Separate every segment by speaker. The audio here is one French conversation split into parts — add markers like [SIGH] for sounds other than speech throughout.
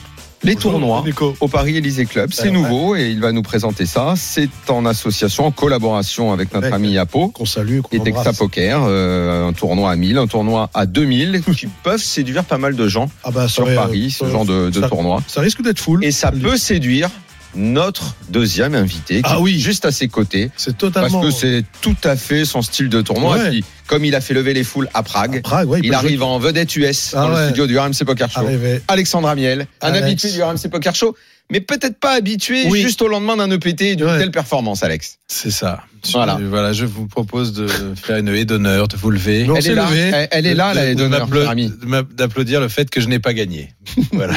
Speaker 1: Les
Speaker 2: Bonjour,
Speaker 1: tournois
Speaker 2: Nico.
Speaker 1: au Paris Élysée Club, c'est
Speaker 2: Ouais,
Speaker 1: nouveau et il va nous présenter ça. C'est en association, en collaboration avec notre
Speaker 2: Ouais.
Speaker 1: ami Yapo.
Speaker 2: Qu'on salue, qu'on
Speaker 1: Et Texas
Speaker 2: embrasse.
Speaker 1: Poker, euh, un tournoi à 1000, un tournoi à 2000, [LAUGHS] qui peuvent séduire pas mal de gens
Speaker 2: Ah bah, ça
Speaker 1: sur
Speaker 3: euh,
Speaker 2: aurait-
Speaker 1: Paris, ce
Speaker 2: ça-
Speaker 1: genre de, de
Speaker 2: ça-
Speaker 1: tournoi.
Speaker 2: Ça risque d'être full.
Speaker 1: Et ça peut séduire notre deuxième invité, qui
Speaker 2: Ah
Speaker 1: est
Speaker 2: oui.
Speaker 1: juste à ses côtés,
Speaker 2: C'est
Speaker 1: parce
Speaker 2: totalement.
Speaker 1: que c'est tout à fait son style de tournoi.
Speaker 2: Ouais. Ah,
Speaker 1: Et puis, comme il a fait lever les foules à Prague,
Speaker 2: Prague, ouais,
Speaker 1: il
Speaker 2: peut
Speaker 1: arrive en vedette US
Speaker 2: Ah
Speaker 1: dans le
Speaker 2: ouais.
Speaker 1: studio du RMC Poker Show.
Speaker 2: jouer- arriver.
Speaker 1: Alexandre Amiel, un
Speaker 2: Alex.
Speaker 1: habitué du RMC Poker Show, mais peut-être pas habitué
Speaker 2: Oui.
Speaker 1: juste au lendemain d'un EPT et d'une
Speaker 2: Ouais.
Speaker 1: telle performance, Alex.
Speaker 3: C'est ça.
Speaker 1: Voilà.
Speaker 3: Voilà. voilà, je vous propose de faire une haie d'honneur, de vous lever.
Speaker 2: Non, On
Speaker 1: elle,
Speaker 2: s'est
Speaker 1: est là,
Speaker 2: levé.
Speaker 1: elle, elle est là,
Speaker 3: de-
Speaker 1: la haie
Speaker 3: de
Speaker 1: d'honneur,
Speaker 3: m'applau-
Speaker 1: cher ami.
Speaker 3: de m'a- D'applaudir le fait que je n'ai pas gagné.
Speaker 1: [LAUGHS]
Speaker 3: Voilà.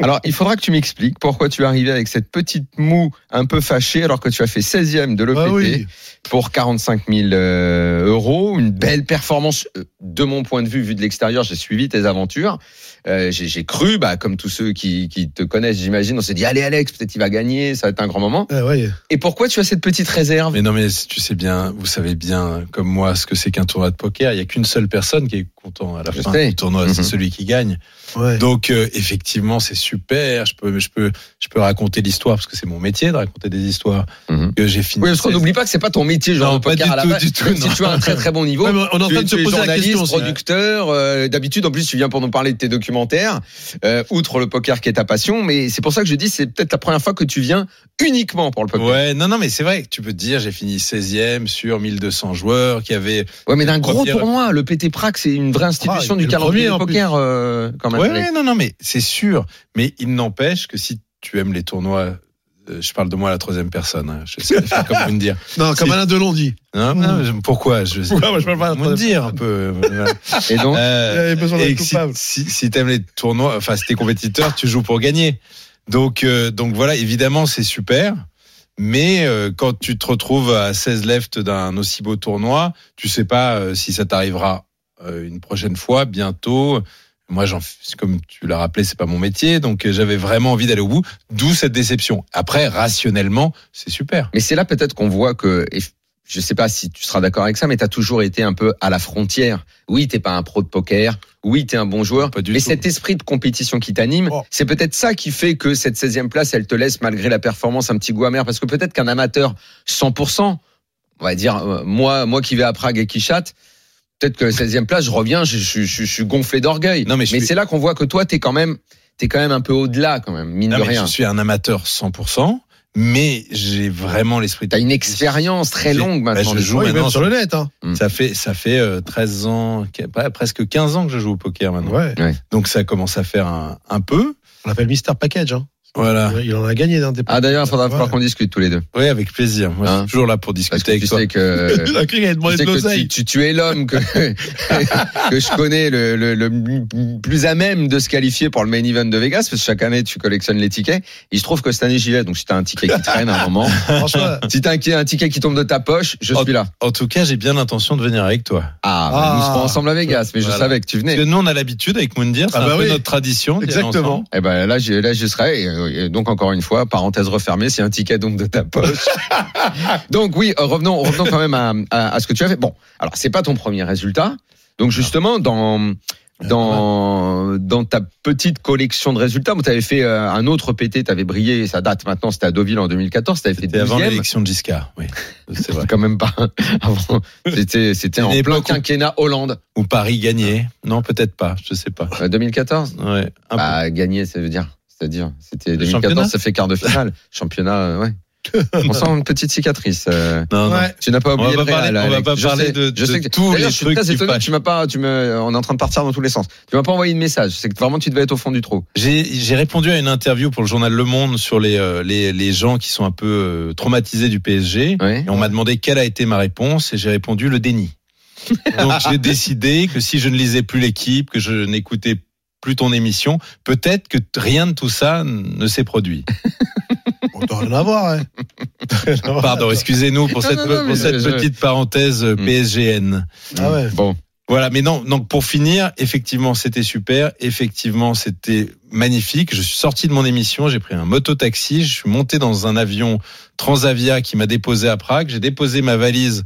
Speaker 1: Alors, il faudra que tu m'expliques pourquoi tu es arrivé avec cette petite moue un peu fâchée alors que tu as fait 16e de
Speaker 3: Ah
Speaker 1: l'EPT
Speaker 2: Bah oui.
Speaker 1: pour 45 000 euh, euros. Une belle performance euh, de mon point de vue, vu de l'extérieur. J'ai suivi tes aventures. Euh, j'ai j'ai cru, bah, comme tous ceux qui, qui te connaissent, j'imagine, on s'est dit, allez Alex, peut-être il va gagner, ça va être un grand moment.
Speaker 2: Eh ouais.
Speaker 1: Et pourquoi tu as cette petite réserve
Speaker 3: Mais non, mais tu sais bien, vous savez bien, comme moi, ce que c'est qu'un tournoi de poker. Il n'y a qu'une seule personne qui est content à la
Speaker 1: Je
Speaker 3: fin
Speaker 1: sais.
Speaker 3: du tournoi,
Speaker 1: Mhm.
Speaker 3: c'est celui qui gagne.
Speaker 2: ouais.
Speaker 3: Donc, euh, effectivement, c'est super. Je peux, je peux, je peux raconter l'histoire parce que c'est mon métier de raconter des histoires.
Speaker 1: Mhm.
Speaker 3: Que j'ai fini.
Speaker 1: Oui, parce qu'on
Speaker 3: 16e.
Speaker 1: n'oublie pas que c'est pas ton métier, genre
Speaker 3: Non,
Speaker 1: le
Speaker 3: pas
Speaker 1: poker
Speaker 3: du
Speaker 1: à la
Speaker 3: tout,
Speaker 1: base.
Speaker 3: du tout,
Speaker 1: Même
Speaker 3: non.
Speaker 1: si tu as un très très bon
Speaker 3: [LAUGHS]
Speaker 1: niveau,
Speaker 2: Ouais, mais on est en
Speaker 1: tu,
Speaker 2: train de
Speaker 1: tu
Speaker 2: se
Speaker 1: es
Speaker 2: poser la
Speaker 1: journaliste,
Speaker 2: question. c'est-
Speaker 1: producteur. euh, D'habitude, en plus, tu viens pour nous parler de tes documentaires, euh, outre le poker qui est ta passion. Mais c'est pour ça que je dis, c'est peut-être la première fois que tu viens uniquement pour le poker. Ouais,
Speaker 3: Ouais, non, non, mais c'est vrai. Tu peux te dire, j'ai fini 16e sur 1200 joueurs qui avaient
Speaker 1: mais d'un gros
Speaker 3: Première-
Speaker 1: tournoi, le PT Prac, c'est une vraie institution
Speaker 2: Ah,
Speaker 1: du
Speaker 2: et le
Speaker 1: calendrier
Speaker 2: premier,
Speaker 1: du
Speaker 2: en
Speaker 1: poker, euh, quand même.
Speaker 3: Ouais,
Speaker 1: Alex.
Speaker 3: ouais, non, non, mais c'est sûr. Mais il n'empêche que si tu aimes les tournois, euh, je parle de moi à la troisième personne. hein. J'essaie de faire comme vous me dire.
Speaker 2: Non, comme
Speaker 3: Si.
Speaker 2: Alain Delon dit.
Speaker 3: Hein,
Speaker 2: Mm.
Speaker 3: non, mais pourquoi je,
Speaker 2: Ouais, moi, je parle pas à la
Speaker 3: Vous me
Speaker 2: troisième
Speaker 3: dire un peu. voilà.
Speaker 1: Et donc,
Speaker 3: Euh,
Speaker 2: Il avait besoin d'être
Speaker 3: et que si,
Speaker 2: coupable.
Speaker 3: si, si t'aimes les tournois, enfin, si t'es compétiteur, tu joues pour gagner. Donc, euh, donc voilà, évidemment, c'est super. Mais euh, quand tu te retrouves à 16 left d'un aussi beau tournoi, tu sais pas euh, si ça t'arrivera euh, une prochaine fois, bientôt. Moi, j'en, f- comme tu l'as rappelé, c'est pas mon métier, donc euh, j'avais vraiment envie d'aller au bout. D'où cette déception. Après, rationnellement, c'est super.
Speaker 1: Mais c'est là peut-être qu'on voit que, et je sais pas si tu seras d'accord avec ça, mais tu as toujours été un peu à la frontière. Oui, t'es pas un pro de poker. Oui, t'es un bon joueur.
Speaker 3: Pas du
Speaker 1: mais
Speaker 3: tout.
Speaker 1: cet esprit de compétition qui t'anime,
Speaker 2: Oh.
Speaker 1: c'est peut-être ça qui fait que cette 16e place, elle te laisse, malgré la performance, un petit goût amer. Parce que peut-être qu'un amateur 100%, on va dire, euh, moi, moi qui vais à Prague et qui chatte, peut-être que 16e place, je reviens, je, je- je- je suis gonflé d'orgueil.
Speaker 3: Non, mais je suis-
Speaker 1: c'est là qu'on voit que toi, t'es quand même, t'es quand même un peu au-delà, quand même, mine
Speaker 3: Non,
Speaker 1: de
Speaker 3: mais
Speaker 1: rien.
Speaker 3: je suis un amateur 100%, mais j'ai vraiment l'esprit. de
Speaker 1: T'as une
Speaker 3: compétition.
Speaker 1: expérience très
Speaker 3: J'ai-
Speaker 1: longue
Speaker 3: bah,
Speaker 1: maintenant.
Speaker 3: je
Speaker 1: du
Speaker 3: joue
Speaker 2: Ouais,
Speaker 3: maintenant
Speaker 2: même sur le net. Hein.
Speaker 1: Mm.
Speaker 3: Ça fait, ça fait euh, 13 ans, qu- pas- presque 15 ans que je joue au poker maintenant.
Speaker 2: Ouais.
Speaker 3: Donc ça commence à faire un, un peu.
Speaker 2: On l'appelle Mister Package. Hein.
Speaker 3: Voilà.
Speaker 2: Il en a gagné d'un des
Speaker 1: Ah d'ailleurs, il faudra
Speaker 2: Ouais. [LAUGHS]
Speaker 1: falloir qu'on discute tous les deux.
Speaker 3: Oui, avec plaisir. Moi, je
Speaker 1: Hein
Speaker 3: suis toujours là pour
Speaker 1: Parce
Speaker 3: discuter
Speaker 1: que
Speaker 3: avec
Speaker 1: tu
Speaker 3: toi.
Speaker 1: sais que,
Speaker 2: [LAUGHS] Il a cru qu'il allait
Speaker 1: tu,
Speaker 2: demander
Speaker 1: sais
Speaker 2: de
Speaker 1: que tu,
Speaker 2: l'oseille.
Speaker 1: tu- tu es l'homme que, [LAUGHS] que je connais le, le- le plus à même de se qualifier pour le main event de Vegas, parce que chaque année tu collectionnes les tickets. Il se trouve que cette année j'y vais, donc si t'as un ticket qui traîne à un
Speaker 2: [LAUGHS]
Speaker 1: moment,
Speaker 2: François,
Speaker 1: si t'as un, un ticket qui tombe de ta poche, je
Speaker 3: Oh.
Speaker 1: suis là.
Speaker 3: En tout cas, j'ai bien l'intention de venir avec toi.
Speaker 1: Ah, bah, nous
Speaker 2: Ah.
Speaker 1: serons ensemble à Vegas, mais je
Speaker 3: Voilà.
Speaker 1: savais que tu
Speaker 3: Parce que
Speaker 1: venais.
Speaker 3: nous, on a l'habitude avec Moundir, c'est
Speaker 2: Ah bah
Speaker 3: un peu
Speaker 2: oui.
Speaker 3: notre tradition. d'y aller
Speaker 2: Exactement.
Speaker 3: ensemble.
Speaker 1: Eh ben là, je, là, je serai. Et, euh, donc encore une fois, parenthèse refermée, c'est un ticket donc de ta
Speaker 3: [LAUGHS]
Speaker 1: poche. donc oui, euh, revenons, revenons quand même à, à- à ce que tu as fait. Bon, alors c'est pas ton premier résultat. Donc justement, dans dans dans ta petite collection de résultats, tu avais fait euh, un autre PT, tu avais brillé. Ça date maintenant, c'était à Deauville en 2014. Tu avais fait
Speaker 3: C'était avant
Speaker 1: 12e.
Speaker 3: l'élection de Giscard,
Speaker 1: [LAUGHS]
Speaker 3: oui. C'est vrai.
Speaker 1: Quand même pas. [LAUGHS] avant. C'était c'était en
Speaker 3: Une
Speaker 1: plein
Speaker 3: époque où-
Speaker 1: quinquennat Hollande
Speaker 3: Ou Paris gagnait. Non, peut-être pas. Je sais pas.
Speaker 1: Euh, 2014.
Speaker 3: Ouais. un peu.
Speaker 1: Bah, gagner, ça veut dire. C'est-à-dire, c'était
Speaker 3: championnat [LAUGHS]
Speaker 1: 2014, ça fait quart de finale. championnat, euh, ouais. On sent une petite cicatrice. euh.
Speaker 3: Non, non.
Speaker 2: Ouais.
Speaker 1: Tu n'as pas
Speaker 3: va
Speaker 1: oublié
Speaker 3: pas
Speaker 1: le Real,
Speaker 3: parler- on va
Speaker 1: Alex.
Speaker 3: pas
Speaker 1: Je
Speaker 3: parler
Speaker 1: sais-
Speaker 3: de-
Speaker 1: je
Speaker 3: de
Speaker 1: sais que-
Speaker 3: tous les
Speaker 1: D'ailleurs, je suis
Speaker 3: trucs
Speaker 1: très
Speaker 3: qui
Speaker 1: étonné que
Speaker 3: fâchent.
Speaker 1: tu m'as pas, tu me, on est en train de partir dans tous les sens. Tu m'as pas envoyé de message. C'est que vraiment tu devais être au fond du
Speaker 3: [LAUGHS]
Speaker 1: trou.
Speaker 3: J'ai j'ai répondu à une interview pour le journal Le Monde sur les, euh, les, les gens qui sont un peu euh, traumatisés du PSG.
Speaker 1: Ouais.
Speaker 3: Et on m'a demandé quelle a été ma réponse et j'ai répondu le déni. Donc
Speaker 1: [LAUGHS]
Speaker 3: j'ai décidé que si je ne lisais plus l'équipe, que je n'écoutais plus ton émission, peut-être que t- rien de tout ça ne s'est produit.
Speaker 1: Oh,
Speaker 2: On doit rien avoir. hein.
Speaker 3: Pardon, excusez-nous pour
Speaker 1: Non,
Speaker 3: cette,
Speaker 1: non, non,
Speaker 3: pour
Speaker 1: mais
Speaker 3: cette
Speaker 1: je-
Speaker 3: petite parenthèse euh, PSGN.
Speaker 2: Ah ouais.
Speaker 1: Bon.
Speaker 3: Voilà, mais non, donc pour finir, effectivement, c'était super, effectivement, c'était magnifique. Je suis sorti de mon émission, j'ai pris un moto-taxi, je suis monté dans un avion Transavia qui m'a déposé à Prague, j'ai déposé ma valise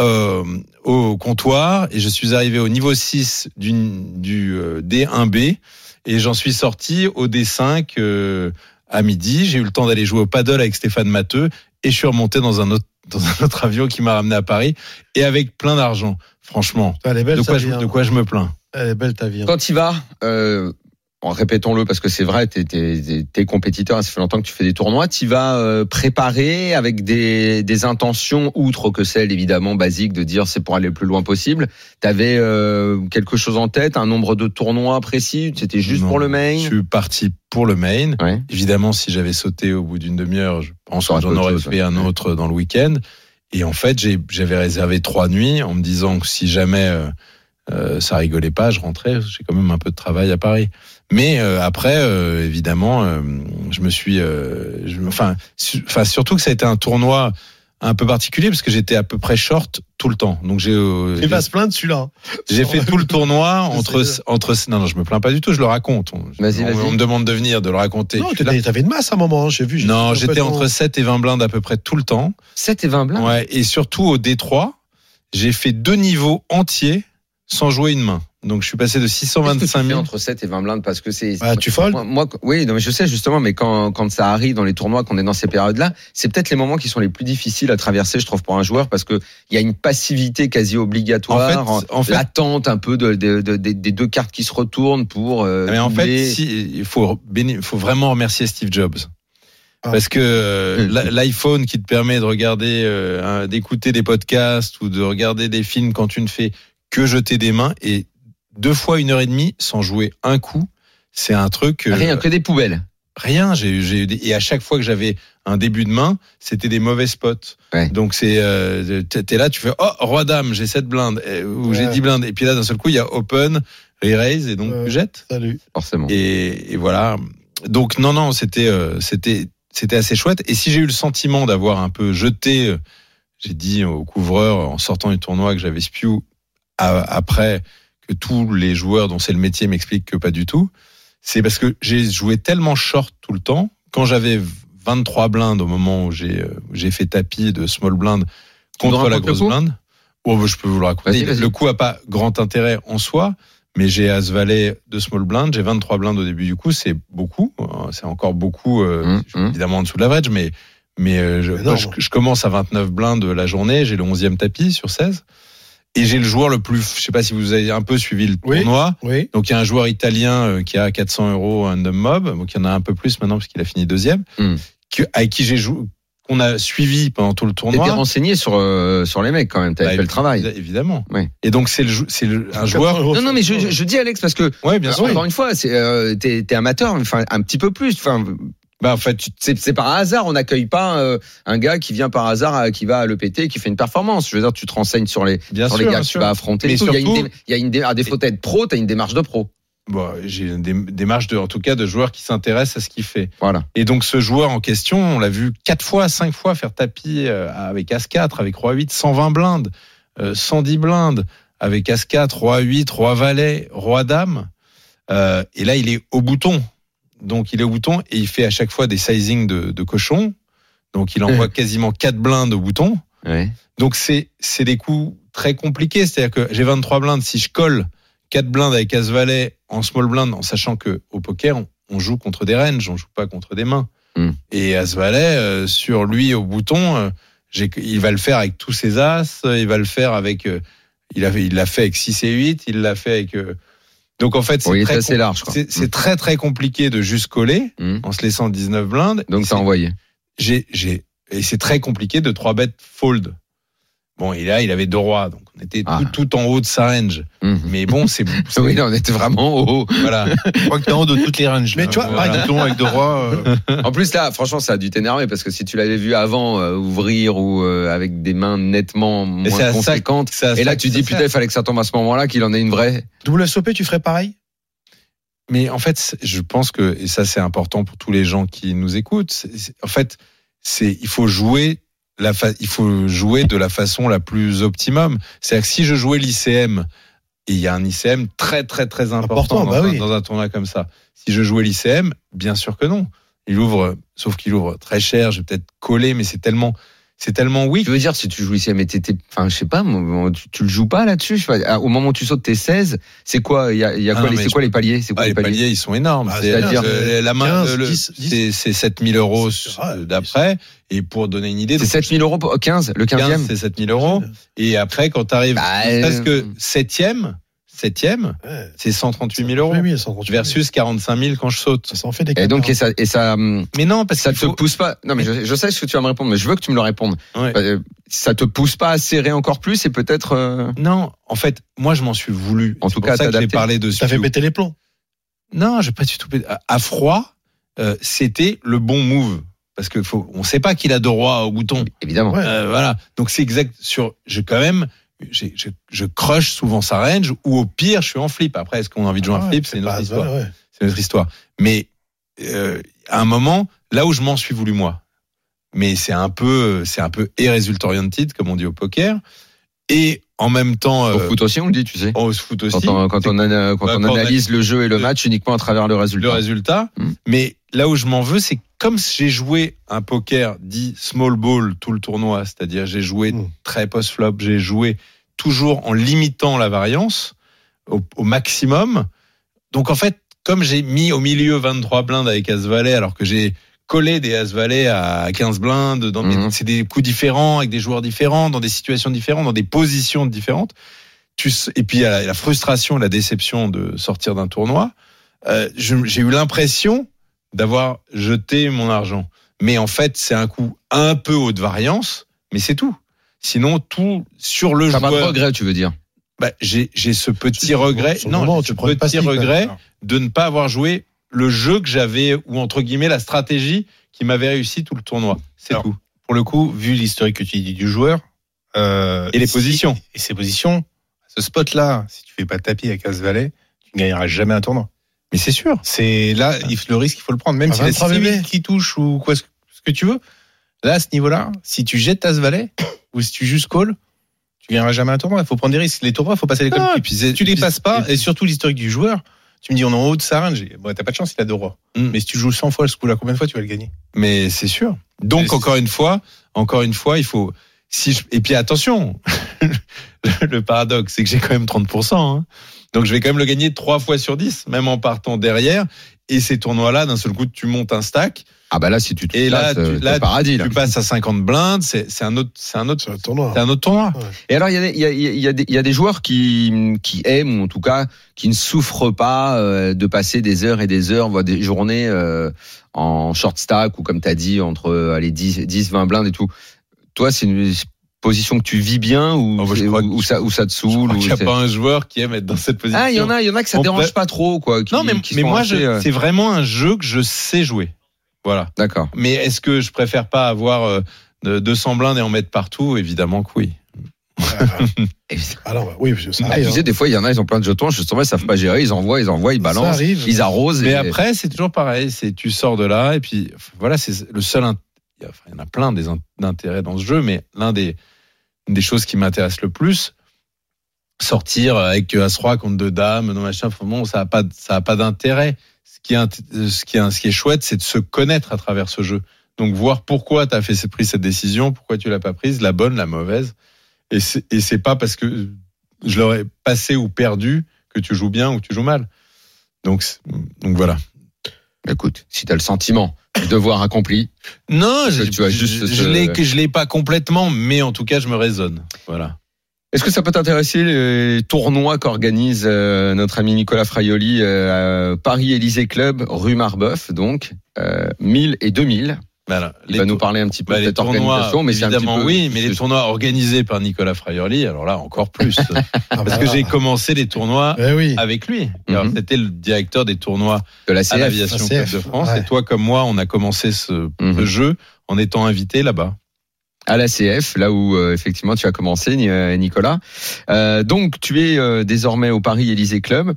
Speaker 3: euh, au comptoir et je suis arrivé au niveau 6 du, du euh, D1B et j'en suis sorti au D5 euh, à midi, j'ai eu le temps d'aller jouer au paddle avec Stéphane Matteux et je suis remonté dans un autre dans un autre avion qui m'a ramené à Paris et avec plein d'argent, franchement.
Speaker 2: Elle est belle,
Speaker 3: De
Speaker 2: ta
Speaker 3: quoi,
Speaker 2: vie,
Speaker 3: je,
Speaker 2: hein.
Speaker 3: de quoi je me plains
Speaker 2: Elle est belle ta vie. hein.
Speaker 1: Quand il va, euh, bon, répétons-le parce que c'est vrai, t'es, t'es, t'es- t'es compétiteur, hein, ça fait longtemps que tu fais des tournois. Tu vas euh, préparer avec des, des intentions outre que celles évidemment basiques de dire c'est pour aller le plus loin possible. T'avais euh, quelque chose en tête, un nombre de tournois précis. C'était juste
Speaker 3: Non,
Speaker 1: pour le
Speaker 3: Je
Speaker 1: main.
Speaker 3: suis parti pour le Maine.
Speaker 1: Ouais.
Speaker 3: Évidemment, si j'avais sauté au bout d'une demi-heure, je pense
Speaker 1: T'aurais
Speaker 3: que j'en
Speaker 1: fait autre
Speaker 3: aurais
Speaker 1: chose, ouais.
Speaker 3: fait un autre dans le week-end. Et en fait, j'ai- j'avais réservé trois nuits en me disant que si jamais euh, euh, ça rigolait pas, je rentrais. J'ai quand même un peu de travail à Paris. Mais euh, après, euh, évidemment, euh, je me suis, euh, je- enfin, su- enfin surtout que ça a été un tournoi un peu particulier parce que j'étais à peu près short tout le temps. Donc j'ai euh,
Speaker 2: Il va se plaindre celui-là.
Speaker 3: J'ai fait tout le
Speaker 2: [LAUGHS]
Speaker 3: tournoi entre
Speaker 2: sais.
Speaker 3: entre non non je me plains pas du tout je le raconte on,
Speaker 1: Vas-y,
Speaker 3: on-
Speaker 1: vas-y.
Speaker 3: on me demande de venir de le raconter
Speaker 2: Non,
Speaker 3: Je suis là.
Speaker 2: t'étais- t'avais une masse à un moment, hein, j'ai vu. j'ai
Speaker 3: non
Speaker 2: fait
Speaker 3: j'étais
Speaker 2: complètement-
Speaker 3: entre 7 et 20 blindes à peu près tout le temps
Speaker 1: 7 et 20 blindes.
Speaker 3: ouais et surtout au D3 j'ai fait deux niveaux entiers sans jouer une main donc je suis passé de
Speaker 1: Qu'est-ce que tu
Speaker 3: 625
Speaker 1: fais
Speaker 3: 000
Speaker 1: entre 7 et 20 blindes parce que c'est
Speaker 2: Ah, tu folles
Speaker 1: moi, moi, oui non mais je sais justement mais quand quand ça arrive dans les tournois qu'on est dans ces périodes là c'est peut-être les moments qui sont les plus difficiles à traverser je trouve pour un joueur parce que il y a une passivité quasi obligatoire
Speaker 3: En fait, en fait-
Speaker 1: l'attente un peu de, de- de- des- des deux cartes qui se retournent pour euh,
Speaker 3: Ah, mais en fait
Speaker 1: doubler.
Speaker 3: si, il faut béni- il faut vraiment remercier Steve Jobs
Speaker 2: Ah.
Speaker 3: parce que euh, la- l'iPhone qui te permet de regarder euh, un- d'écouter des podcasts ou de regarder des films quand tu ne fais que jeter des mains et deux fois une heure et demie sans jouer un coup, c'est un truc. euh,
Speaker 1: rien que des poubelles
Speaker 3: Rien. J'ai eu- j'ai eu des- et à chaque fois que j'avais un début de main, c'était des mauvais spots.
Speaker 1: Ouais.
Speaker 3: Donc c'est euh, t'es t'es là, tu fais oh roi dame, j'ai 7 blindes euh, ou j'ai
Speaker 2: Ouais.
Speaker 3: 10 blindes et puis là d'un seul coup il y a open, re-raise et donc
Speaker 2: Ouais.
Speaker 3: tu jettes
Speaker 2: Salut.
Speaker 1: forcément
Speaker 3: et, et voilà. Donc non, non, c'était, euh, c'était, c'était assez chouette. Et si j'ai eu le sentiment d'avoir un peu jeté, euh, j'ai dit au couvreur en sortant du tournoi que j'avais spew a- après que tous les joueurs dont c'est le métier m'expliquent que pas du tout. C'est parce que j'ai joué tellement short tout le temps. Quand j'avais 23 blindes au moment où j'ai, euh, où j'ai fait tapis de small blind
Speaker 1: Tu nous
Speaker 3: contre la
Speaker 1: racontes le
Speaker 3: grosse
Speaker 1: coup
Speaker 3: blinde. Oh, bah, je peux vous le raconter.
Speaker 1: Vas-y, vas-y.
Speaker 3: Le coup a pas grand intérêt en soi, mais j'ai As Valet de small blind, j'ai 23 blindes au début du coup, c'est beaucoup, hein, c'est encore beaucoup, euh,
Speaker 1: Hum,
Speaker 3: je suis
Speaker 1: hum.
Speaker 3: évidemment en dessous de l'average, mais, mais euh, je,
Speaker 2: Énorme.
Speaker 3: moi, je, je commence à 29 blindes la journée, j'ai le 11e tapis sur 16, et j'ai le joueur le plus, je sais pas si vous avez un peu suivi le
Speaker 2: Oui.
Speaker 3: tournoi,
Speaker 2: Oui.
Speaker 3: donc il y a un joueur italien euh, qui a 400 euros un homme mob, donc il y en a un peu plus maintenant parce qu'il a fini deuxième,
Speaker 2: Hmm.
Speaker 1: Hum.
Speaker 3: que, avec qui j'ai joué, qu'on a suivi pendant tout le
Speaker 1: t'étais
Speaker 3: tournoi.
Speaker 1: renseigné sur euh, sur les mecs quand même t'avais
Speaker 3: hein. Bah,
Speaker 1: fait le travail
Speaker 3: Évidemment.
Speaker 1: Ouais.
Speaker 3: Et donc c'est le, jou- c'est le- un joueur.
Speaker 1: non non mais je, Ah, je- je dis Alex parce que
Speaker 3: Ouais, bien sûr.
Speaker 1: encore une fois c'est euh, t'es t'es amateur enfin un petit peu plus enfin
Speaker 3: Bah en fait, tu-
Speaker 1: Tu- c'est c'est par hasard, on n'accueille pas euh, un gars qui vient par hasard, euh, qui va à l'EPT, et qui fait une performance. Je veux dire, tu te renseignes sur les,
Speaker 3: bien
Speaker 1: sur
Speaker 3: sûr.
Speaker 1: les gars bah,
Speaker 3: bien
Speaker 1: que tu
Speaker 3: sûr.
Speaker 1: vas affronter.
Speaker 3: Mais
Speaker 1: et tout. il y a une,
Speaker 3: surtout-
Speaker 1: dé- il y a une dé- à défaut d'être pro, tu as une démarche de pro.
Speaker 3: Bon, j'ai des démarches de, en tout cas, de joueurs qui s'intéressent à ce qu'il fait.
Speaker 1: Voilà.
Speaker 3: Et donc ce joueur en question, on l'a vu quatre fois, cinq fois faire tapis euh, avec As-4, avec Roi-8, 120 blindes, euh, 110 blindes, avec As-4, Roi-8, Roi-Valet, Roi-Dame. Euh, et là, il est au bouton. Donc il est au bouton et il fait à chaque fois des sizing de, de cochon. Donc il
Speaker 1: [LAUGHS]
Speaker 3: envoie quasiment quatre blindes au bouton. Donc c'est c'est des coups très compliqués. C'est-à-dire que j'ai 23 blindes. Si je colle 4 blindes avec As-Valet en small blind, en sachant que au poker, on, on joue contre des ranges, on joue pas contre des mains.
Speaker 1: Hmm.
Speaker 3: Et As-Valet, euh, sur lui au bouton, euh, j'ai- il va le faire avec tous ses As, euh, il va le faire avec... euh, il avait- il l'a fait avec 6 et 8, il l'a fait avec... euh, donc en fait, c'est
Speaker 1: Bon, il est
Speaker 3: très,
Speaker 1: assez
Speaker 3: com-
Speaker 1: large. Quoi.
Speaker 3: c'est- c'est très très compliqué de juste coller
Speaker 1: Mmh.
Speaker 3: en se laissant 19 blindes.
Speaker 1: Donc
Speaker 3: Et
Speaker 1: t'as envoyé.
Speaker 3: j'ai, j'ai,
Speaker 4: Et c'est très compliqué de 3 bêtes fold. Bon, et là, il avait deux rois, donc on était
Speaker 1: Ah.
Speaker 4: tout, tout en haut de sa range.
Speaker 1: Mhm.
Speaker 4: Mais
Speaker 3: [LAUGHS]
Speaker 4: bon, c'est. c'est-
Speaker 1: Oui, là, on était vraiment
Speaker 4: [LAUGHS]
Speaker 1: au.
Speaker 4: Voilà.
Speaker 3: Je crois que t'es en haut de toutes les ranges.
Speaker 2: Mais tu vois, par
Speaker 3: par exemple, avec deux rois. euh,
Speaker 1: En plus, là, franchement, ça a dû t'énerver parce que si tu l'avais vu avant euh, ouvrir ou euh, avec des mains nettement
Speaker 4: Et c'est
Speaker 1: moins
Speaker 4: à ça-
Speaker 1: conséquentes.
Speaker 4: c'est à
Speaker 1: Et là,
Speaker 4: [LAUGHS] ça
Speaker 1: tu
Speaker 4: que
Speaker 1: dis,
Speaker 4: ça sert.
Speaker 1: putain, il fallait que ça tombe à ce moment-là, qu'il en ait une vraie.
Speaker 3: WSOP, tu ferais pareil
Speaker 4: Mais en fait, c'est- je pense que, et ça c'est important pour tous les gens qui nous écoutent, c'est- c'est- en fait, c'est il faut jouer la fa- il faut jouer de la façon la plus optimum. C'est-à-dire que si je jouais l'ICM, et il y a un ICM très très très important,
Speaker 2: Important,
Speaker 4: dans,
Speaker 2: bah
Speaker 4: un,
Speaker 2: oui.
Speaker 4: dans un tournoi comme ça, si je jouais l'ICM, bien sûr que non. Il ouvre, sauf qu'il ouvre très cher, je vais peut-être coller, mais c'est tellement, c'est tellement oui.
Speaker 1: Je veux dire, si tu joues ici, mais t'es, t'es- enfin, je sais pas, moi, tu, tu le joues pas là-dessus. je sais pas. Ah, Au moment où tu sautes, t'es 16. C'est quoi, il y a, il y a
Speaker 4: Ah
Speaker 1: quoi,
Speaker 4: non,
Speaker 1: les,
Speaker 4: mais
Speaker 1: c'est
Speaker 4: je
Speaker 1: quoi
Speaker 4: peux-
Speaker 1: les paliers C'est quoi
Speaker 4: Ah, les paliers, ils sont énormes.
Speaker 2: Bah,
Speaker 1: c'est-à-dire,
Speaker 4: C'est-à-dire euh, la main,
Speaker 2: 15,
Speaker 4: euh, le-
Speaker 2: 10, 10.
Speaker 4: c'est c'est 7000 euros
Speaker 2: C'est vrai,
Speaker 4: euh, d'après. Et pour donner une idée,
Speaker 1: C'est
Speaker 4: donc,
Speaker 1: 7000 euros, pour- 15, le 15
Speaker 4: 15,
Speaker 1: e
Speaker 4: c'est 7000 euros. Et après, quand tu arrives
Speaker 1: Bah, euh,
Speaker 4: parce que 7e, 7e,
Speaker 2: Ouais.
Speaker 4: c'est 138 000 euros
Speaker 2: Oui, oui, sans continuer.
Speaker 4: versus 45 000 quand je saute.
Speaker 2: Ça s'en fait des hein.
Speaker 1: Et donc, et
Speaker 2: cafards.
Speaker 1: ça, et ça, hum,
Speaker 4: Mais non, parce
Speaker 1: ça
Speaker 4: que
Speaker 1: te pousse pas. Non, mais je, je sais ce que tu vas me répondre, mais je veux que tu me le répondes.
Speaker 4: Ouais.
Speaker 1: Euh, Ça te pousse pas à serrer encore plus et peut-être. euh,
Speaker 4: Non, en fait, moi, je m'en suis voulu.
Speaker 1: En
Speaker 4: C'est
Speaker 1: tout
Speaker 4: pour
Speaker 1: cas,
Speaker 4: ça que j'ai
Speaker 1: t'adapter.
Speaker 4: parlé de
Speaker 2: ça fait
Speaker 4: Spew.
Speaker 2: péter les plombs.
Speaker 4: Non, j'ai pas du tout. pété. À- À froid, euh, c'était le bon move. Parce que faut, on sait pas qu'il a deux rois au bouton.
Speaker 1: Évidemment.
Speaker 2: Ouais.
Speaker 4: Euh, voilà. Donc c'est exact. Sur, j'ai quand même, j'ai- je, je crush souvent sa range ou au pire, je suis en flip. Après, est-ce qu'on a envie de jouer
Speaker 3: Ah
Speaker 4: en
Speaker 2: Ouais,
Speaker 4: flip C'est une
Speaker 2: pas-
Speaker 4: autre histoire.
Speaker 2: Bah, voilà, ouais.
Speaker 4: C'est notre histoire. Mais euh, à un moment, là où je m'en suis voulu moi, mais c'est un peu, c'est un peu et result oriented comme on dit au poker, et en même temps
Speaker 1: Au
Speaker 4: euh,
Speaker 1: foot aussi, on le dit, tu sais.
Speaker 4: au foot aussi.
Speaker 1: Quand on, quand on, ana- quand
Speaker 4: Bah,
Speaker 1: on
Speaker 4: quand on
Speaker 1: analyse le jeu et le
Speaker 4: le-
Speaker 1: match uniquement à travers le
Speaker 4: le
Speaker 1: résultat.
Speaker 4: résultat.
Speaker 1: Mm.
Speaker 4: Mais là où je m'en veux, c'est que comme j'ai joué un poker dit small ball tout le tournoi, c'est-à-dire j'ai joué
Speaker 2: Mm.
Speaker 4: très post-flop, j'ai joué toujours en limitant la variance au, au maximum. Donc en fait, comme j'ai mis au milieu 23 blindes avec As-Valet, alors que j'ai collé des As-Valet à 15 blindes, dans mes-
Speaker 1: Mhm.
Speaker 4: c'est des coups différents, avec des joueurs différents, dans des situations différentes, dans des positions différentes. Tu, s- et puis il y a la frustration, la déception de sortir d'un tournoi. Euh, je- j'ai eu l'impression d'avoir jeté mon argent. Mais en fait, c'est un coup un peu haute variance, mais c'est tout. Sinon, tout sur le
Speaker 1: T'as pas de
Speaker 4: joueur.
Speaker 1: regret, tu veux dire.
Speaker 4: Bah, j'ai j'ai ce petit regret.
Speaker 2: Sur le
Speaker 4: non,
Speaker 2: moment, tu
Speaker 4: j'ai ce
Speaker 2: prends une
Speaker 4: petit
Speaker 2: pastille, quoi.
Speaker 4: regret de ne pas avoir joué le jeu que j'avais ou entre guillemets la stratégie qui m'avait réussi tout le tournoi. C'est
Speaker 3: Alors,
Speaker 4: tout.
Speaker 3: Pour le coup, vu l'historique que tu dis du joueur. euh,
Speaker 4: Et les
Speaker 3: si-
Speaker 4: positions.
Speaker 3: Et ses positions. Ce spot-là, si tu fais pas de tapis avec As-Valet, tu ne gagneras jamais un tournoi.
Speaker 4: Mais c'est sûr. Ah.
Speaker 3: C'est là, il- le risque, il faut le prendre. Même
Speaker 2: Ah,
Speaker 3: si c'est
Speaker 2: 23 bébés.
Speaker 3: 6 qui touche ou quoi ce ce que tu veux. Là, à ce niveau-là, si tu jettes As-Valet ou si tu juste call, tu gagneras jamais un tournoi. Il faut prendre des risques. Les tournois, il faut passer les comme
Speaker 4: et puis c'est-
Speaker 3: Si tu les passes pas,
Speaker 4: et puis-
Speaker 3: et surtout l'historique du joueur, tu me dis on est en haut de sa range. Bon, t'as pas de chance, il a deux rois.
Speaker 4: Mm.
Speaker 3: Mais si tu joues 100 fois ce coup-là, combien de fois tu vas le gagner
Speaker 4: Mais c'est sûr. Donc
Speaker 3: Mais c'est-
Speaker 4: encore une fois, encore une fois, il faut. Si je- Et puis attention, [LAUGHS] le- le paradoxe, c'est que j'ai quand même 30%. hein. Donc je vais quand même le gagner 3 fois sur 10, même en partant derrière. Et ces tournois-là, d'un seul coup, tu montes un stack,
Speaker 1: Ah bah là, si tu te
Speaker 4: Et là,
Speaker 1: places, euh,
Speaker 4: tu-
Speaker 1: t'es
Speaker 4: là,
Speaker 1: au paradis, là.
Speaker 4: tu passes à 50 blindes, c'est c'est un autre, c'est un autre,
Speaker 2: C'est un tournoi.
Speaker 4: c'est un autre tournoi.
Speaker 1: Et alors, il y a, des- il y a- il y a des- il y a des joueurs qui, qui aiment, ou en tout cas, qui ne souffrent pas euh, de passer des heures et des heures, voire des journées euh, en short stack, ou comme tu as dit, entre euh, allez, 10, 10, 20 blindes et tout. Toi, c'est une position que tu vis bien, ou,
Speaker 4: Oh, bah, je
Speaker 1: ou-
Speaker 4: crois que-
Speaker 1: ou ça, ou ça te
Speaker 4: Je
Speaker 1: saoule
Speaker 4: crois
Speaker 1: ou
Speaker 4: qu'il n'y a
Speaker 1: c'est-
Speaker 4: pas un joueur qui aime être dans cette position.
Speaker 1: Ah, il y en a, il y en a que ça
Speaker 4: On
Speaker 1: dérange
Speaker 4: peut-
Speaker 1: pas trop, quoi. qui-
Speaker 4: Non, mais,
Speaker 1: qui
Speaker 4: mais
Speaker 1: sont
Speaker 4: moi,
Speaker 1: assez,
Speaker 4: je-
Speaker 1: euh,
Speaker 4: c'est vraiment un jeu que je sais jouer. Voilà.
Speaker 1: D'accord.
Speaker 4: Mais est-ce que je préfère pas avoir euh, de- 200 blindes et en mettre partout Évidemment que oui.
Speaker 1: Et-
Speaker 2: Ah non, bah oui, parce que ça
Speaker 1: Ah, tu
Speaker 2: arrive.
Speaker 1: sais,
Speaker 2: hein.
Speaker 1: des fois, il y en a, ils ont plein de jetons, justement, ils savent pas gérer, ils envoient, ils envoient, ils
Speaker 2: Ça
Speaker 1: balancent,
Speaker 2: arrive.
Speaker 1: ils arrosent.
Speaker 4: Mais
Speaker 1: et-
Speaker 4: après, c'est toujours pareil. C'est tu sors de là et puis enfin, voilà, c'est le seul. int- il y a- enfin, il y en a plein des in- d'intérêts dans ce jeu, mais l'un des une des choses qui m'intéresse le plus, sortir avec as roi contre deux dames, non machin. enfin, Bon, ça a pas de- ça a pas d'intérêt. Ce qui est int- ce qui est ce qui est chouette, c'est de se connaître à travers ce jeu. Donc voir pourquoi tu as fait pris cette décision, pourquoi tu l'as pas prise, la bonne, la mauvaise. Et c'est et c'est pas parce que je l'aurais passé ou perdu que tu joues bien ou que tu joues mal. Donc c'est- donc voilà.
Speaker 1: Écoute, si t'as le sentiment du devoir accompli,
Speaker 4: Non,
Speaker 1: Parce que
Speaker 4: je,
Speaker 1: tu as
Speaker 4: je-
Speaker 1: juste
Speaker 4: je
Speaker 1: ce-
Speaker 4: l'ai que je l'ai pas complètement, mais en tout cas, je me raisonne. Voilà.
Speaker 1: Est-ce que ça peut t'intéresser les tournois qu'organise euh, notre ami Nicolas Fraioli euh, à Paris Élysée Club, rue Marbeuf, donc euh, 1000 et 2000
Speaker 3: Voilà.
Speaker 1: Il
Speaker 3: Les
Speaker 1: va
Speaker 3: tou-
Speaker 1: nous parler un petit peu
Speaker 3: bah,
Speaker 1: de
Speaker 3: les
Speaker 1: cette
Speaker 3: tournois,
Speaker 1: organisation, mais c'est un petit
Speaker 3: évidemment
Speaker 1: peu-
Speaker 3: oui, mais les tournois organisés par Nicolas Fraierly, alors là
Speaker 1: [LAUGHS]
Speaker 3: encore plus,
Speaker 1: Ah,
Speaker 3: parce
Speaker 1: bah,
Speaker 3: que j'ai commencé les tournois
Speaker 2: Eh oui.
Speaker 3: avec lui. Alors,
Speaker 1: Mhm.
Speaker 3: C'était le directeur des tournois
Speaker 1: de la
Speaker 3: à
Speaker 1: CF.
Speaker 3: l'aviation
Speaker 2: CF,
Speaker 3: Club de France.
Speaker 2: Ah, ouais.
Speaker 3: Et toi, comme moi, on a commencé ce,
Speaker 1: Mhm.
Speaker 3: ce jeu en étant invité là-bas.
Speaker 1: à la CF, là où euh, effectivement tu as commencé, Ni- euh, Nicolas. Euh, donc tu es euh, désormais au Paris Élysée Club.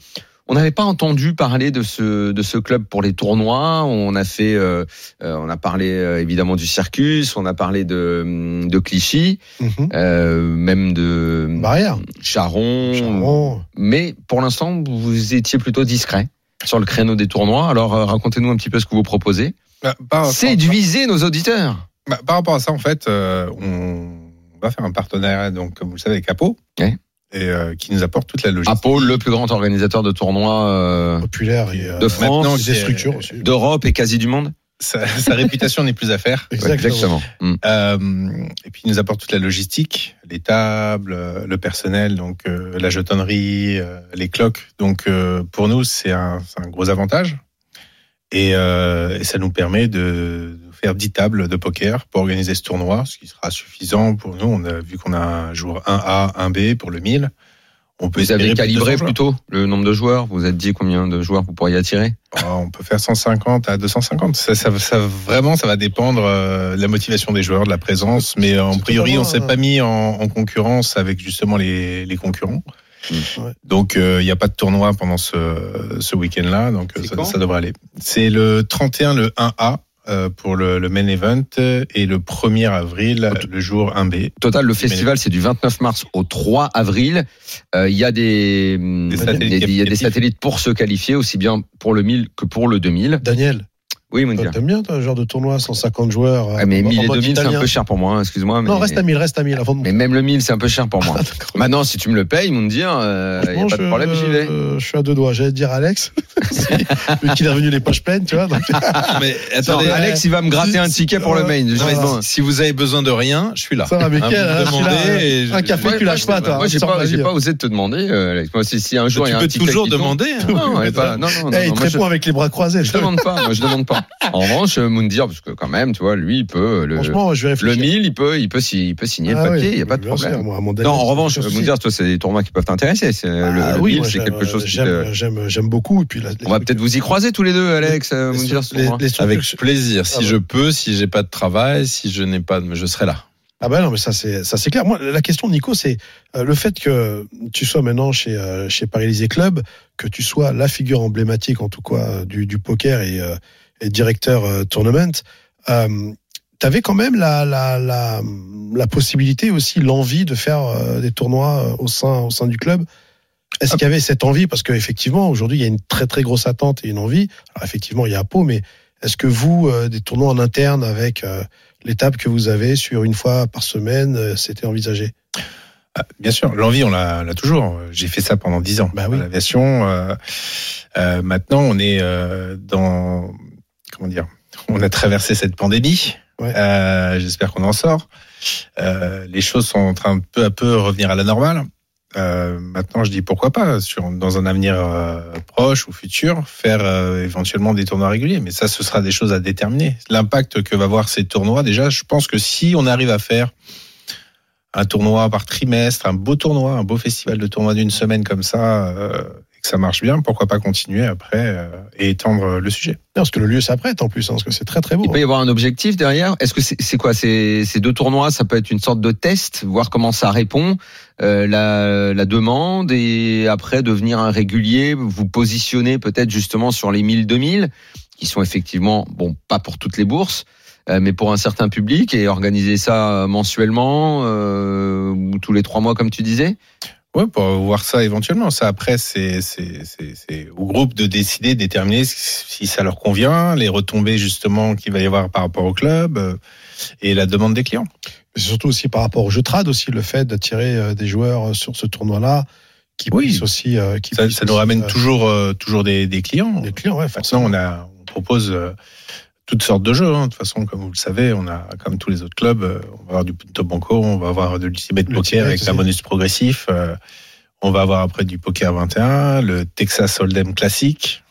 Speaker 1: On n'avait pas entendu parler de ce de ce club pour les tournois. On a fait, euh, euh, on a parlé euh, évidemment du Circus, on a parlé de hum, de Clichy,
Speaker 2: Mhm.
Speaker 1: euh, même de hum,
Speaker 2: Barrière.
Speaker 1: Mm. Charon.
Speaker 2: Charron.
Speaker 1: Mais pour l'instant, vous étiez plutôt discret sur le créneau des tournois. Alors euh, racontez-nous un petit peu ce que vous proposez.
Speaker 4: Bah, par,
Speaker 1: Séduisez nos auditeurs.
Speaker 4: par- par rapport à ça, en fait, euh, on va faire un partenariat, donc, comme vous le savez, avec Apo,
Speaker 1: Ouais. Ah.
Speaker 4: et, euh, qui nous apporte toute la logistique.
Speaker 1: Apple, le plus grand organisateur de tournois. euh,
Speaker 2: Populaire et euh,
Speaker 1: de France, euh,
Speaker 4: maintenant,
Speaker 2: des
Speaker 4: c'est-
Speaker 2: structures aussi.
Speaker 1: d'Europe et quasi du monde.
Speaker 4: Sa, sa réputation n'est plus à faire.
Speaker 1: Mm.
Speaker 4: Euh, et puis, il nous apporte toute la logistique, les tables, euh, le personnel, donc euh, la jetonnerie, euh, les cloques. Donc, euh, pour nous, c'est un, c'est un gros avantage. Et, euh, et ça nous permet de, de faire 10 tables de poker pour organiser ce tournoi, ce qui sera suffisant pour nous. On a vu qu'on a un jour 1A, 1B pour le 1000. On peut
Speaker 1: Vous avez
Speaker 4: espérer plus de
Speaker 1: calibré
Speaker 4: 200 joueurs.
Speaker 1: plutôt le nombre de joueurs. Vous vous êtes dit combien de joueurs vous pourriez attirer.
Speaker 4: Ah, On peut faire 150 à 250. Ça, ça, ça- vraiment, ça va dépendre euh, de la motivation des joueurs, de la présence. Mais euh, en
Speaker 2: C'est
Speaker 4: priori, on
Speaker 2: totalement,
Speaker 4: s'est
Speaker 2: euh,
Speaker 4: pas mis en, en concurrence avec justement les, les concurrents.
Speaker 2: Mm. Ouais.
Speaker 4: Donc, euh, il n'y a pas de tournoi pendant ce, ce week-end-là. Donc, euh,
Speaker 1: C'est
Speaker 4: ça,
Speaker 1: quand
Speaker 4: ça devrait aller. C'est le 31, le 1A euh, pour le, le main event et le 1er avril, le jour 1B.
Speaker 1: Au Total, le
Speaker 4: Mais-
Speaker 1: festival, c'est du 29 mars au 3 avril. Euh, Il y a des, hum,
Speaker 4: Des
Speaker 1: des,
Speaker 4: satellites
Speaker 1: des- il y a des
Speaker 4: qualificatifs.
Speaker 1: satellites pour se qualifier, aussi bien pour le 1000 que pour le 2000.
Speaker 2: Daniel,
Speaker 1: Oui, mon
Speaker 2: toi,
Speaker 1: gars.
Speaker 2: t'aimes bien toi, le genre de tournoi, 150 joueurs.
Speaker 1: Ah, mais
Speaker 2: euh, en
Speaker 1: 1000 et
Speaker 2: mode
Speaker 1: 2000, c'est un
Speaker 2: italien.
Speaker 1: peu cher pour moi, hein, excuse-moi. Mais,
Speaker 2: Non, reste à 1000, reste à 1000 avant de [LAUGHS]
Speaker 1: mais même le 1000, c'est un peu cher pour moi. Maintenant, si tu me le payes, ils vont me dire, euh, il y a
Speaker 2: Franchement,
Speaker 1: pas de problème,
Speaker 2: je,
Speaker 1: j'y vais.
Speaker 2: euh, je suis à deux doigts. J'allais te dire Alex, [LAUGHS] vu qu'il est revenu les poches pleines, tu vois. donc-
Speaker 3: Mais
Speaker 1: Non,
Speaker 3: attendez,
Speaker 2: euh,
Speaker 1: Alex, il va me gratter un ticket pour le
Speaker 2: euh,
Speaker 1: main.
Speaker 2: non, mais
Speaker 1: justement.
Speaker 3: si vous avez besoin de rien, je suis là.
Speaker 2: Ça va, mais
Speaker 3: Hein,
Speaker 2: quel-
Speaker 3: vous
Speaker 2: euh,
Speaker 3: me demandez
Speaker 2: celui-là,
Speaker 3: et
Speaker 2: euh, un café, tu lâches pas, toi.
Speaker 1: Moi, j'ai
Speaker 2: Sans
Speaker 1: pas, j'ai
Speaker 2: plaisir.
Speaker 1: pas osé te demander, euh, Alex. Moi, si, si un jour, il y
Speaker 3: tu
Speaker 1: a un
Speaker 3: peux
Speaker 1: ticket
Speaker 3: toujours
Speaker 1: qui tombe-
Speaker 3: demander. hein.
Speaker 1: Non, on est pas- non, non, non,
Speaker 2: Eh, il
Speaker 1: non,
Speaker 2: te
Speaker 1: moi, je-
Speaker 2: répond avec les bras croisés.
Speaker 1: Je demande pas, moi, je demande pas. En revanche, euh, Moundir, parce que quand même, tu vois, lui, il peut euh, le
Speaker 2: Franchement, je vais
Speaker 1: le
Speaker 2: réfléchir.
Speaker 1: 1000, il peut, il peut, s'y- il peut signer
Speaker 2: Ah
Speaker 1: le papier, il
Speaker 2: oui,
Speaker 1: n'y a pas de
Speaker 2: bien sûr,
Speaker 1: problème.
Speaker 2: moi, à mon Daniel,
Speaker 1: non, en
Speaker 2: c'est
Speaker 1: revanche,
Speaker 2: pas de souci.
Speaker 1: Moundir, toi, c'est des tournois qui peuvent t'intéresser. c'est, euh, le-
Speaker 2: Ah
Speaker 1: le
Speaker 2: oui,
Speaker 1: 1000,
Speaker 2: moi,
Speaker 1: c'est
Speaker 2: j'aime,
Speaker 1: quelque chose qui
Speaker 2: j'aime,
Speaker 1: te-
Speaker 2: j'aime, j'aime beaucoup. Et puis la- les
Speaker 1: On va
Speaker 2: trucs-
Speaker 1: peut-être vous y croiser tous les deux, Alex, euh,
Speaker 2: les-
Speaker 1: Moundir, ce
Speaker 2: les-
Speaker 1: tournoi.
Speaker 2: les trucs-
Speaker 3: Avec plaisir. Si
Speaker 2: Ah,
Speaker 3: je peux, si j'ai pas de travail, si je n'ai pas, de- je serai là.
Speaker 2: Ah bah non, mais ça c'est ça c'est clair. Moi, la question Nico, c'est euh, le fait que tu sois maintenant chez euh, chez Paris Élysée Club, que tu sois la figure emblématique en tout cas euh, du, du poker et, euh, et directeur euh, tournament. Euh, T'avais quand même la, la la la possibilité aussi l'envie de faire euh, des tournois euh, au sein au sein du club. Est-ce
Speaker 3: Ah.
Speaker 2: qu'il y avait cette envie parce qu'effectivement aujourd'hui il y a une très très grosse attente et une envie. Alors effectivement il y a Apo, mais est-ce que vous euh, des tournois en interne avec euh, l'étape que vous avez sur une fois par semaine, euh, c'était envisagé.
Speaker 4: Ah, Bien sûr, l'envie, on l'a l'a toujours. J'ai fait ça pendant dix ans.
Speaker 2: Bah oui.
Speaker 4: Dans L'aviation, euh, euh, maintenant, on est euh, dans... Comment dire On a traversé cette pandémie.
Speaker 2: Ouais.
Speaker 4: Euh, J'espère qu'on en sort. Euh, les choses sont en train de peu à peu revenir à la normale. Euh, maintenant, je dis pourquoi pas, sur, dans un avenir euh, proche ou futur, faire euh, éventuellement des tournois réguliers. Mais ça, ce sera des choses à déterminer. L'impact que va avoir ces tournois, déjà, je pense que si on arrive à faire un tournoi par trimestre, un beau tournoi, un beau festival de tournoi d'une semaine comme ça, euh, et que ça marche bien, pourquoi pas continuer après euh, et étendre le sujet
Speaker 2: Non, parce que le lieu s'apprête en plus, hein, parce que c'est très très beau.
Speaker 1: Il peut y avoir un objectif derrière. Est-ce que c'est c'est quoi ces, ces deux tournois Ça peut être une sorte de test, voir comment ça répond euh, la, la demande et après devenir un régulier, vous positionner peut-être justement sur les 1000 2000 qui sont effectivement bon pas pour toutes les bourses. euh, Mais pour un certain public et organiser ça mensuellement euh, ou tous les trois mois comme tu disais.
Speaker 4: Ouais, pour voir ça éventuellement. Ça, après, c'est c'est- c'est- c'est au groupe de décider, de déterminer si ça leur convient, les retombées justement qu'il va y avoir par rapport au club euh, et la demande des clients.
Speaker 2: Mais c'est surtout aussi par rapport au jeu trad aussi, le fait d'attirer euh, des joueurs euh, sur ce tournoi-là, qui
Speaker 4: Oui.
Speaker 2: puissent aussi, euh, qui
Speaker 4: Ça,
Speaker 2: puissent
Speaker 4: ça nous
Speaker 2: aussi,
Speaker 4: ramène
Speaker 2: euh,
Speaker 4: toujours, euh, toujours des, des clients.
Speaker 2: des clients, ouais,
Speaker 4: Maintenant,
Speaker 2: forcément.
Speaker 4: on, a, on propose euh, toutes sortes de jeux. hein. De toute façon, comme vous le savez, on a, comme tous les autres clubs, euh, on va avoir du Punto Banco, on va avoir de l'Ultimate
Speaker 2: Le
Speaker 4: Poker
Speaker 2: Ultimate
Speaker 4: avec un
Speaker 2: aussi.
Speaker 4: bonus progressif. euh, on va avoir après du Poker 21, le Texas Hold'em classique.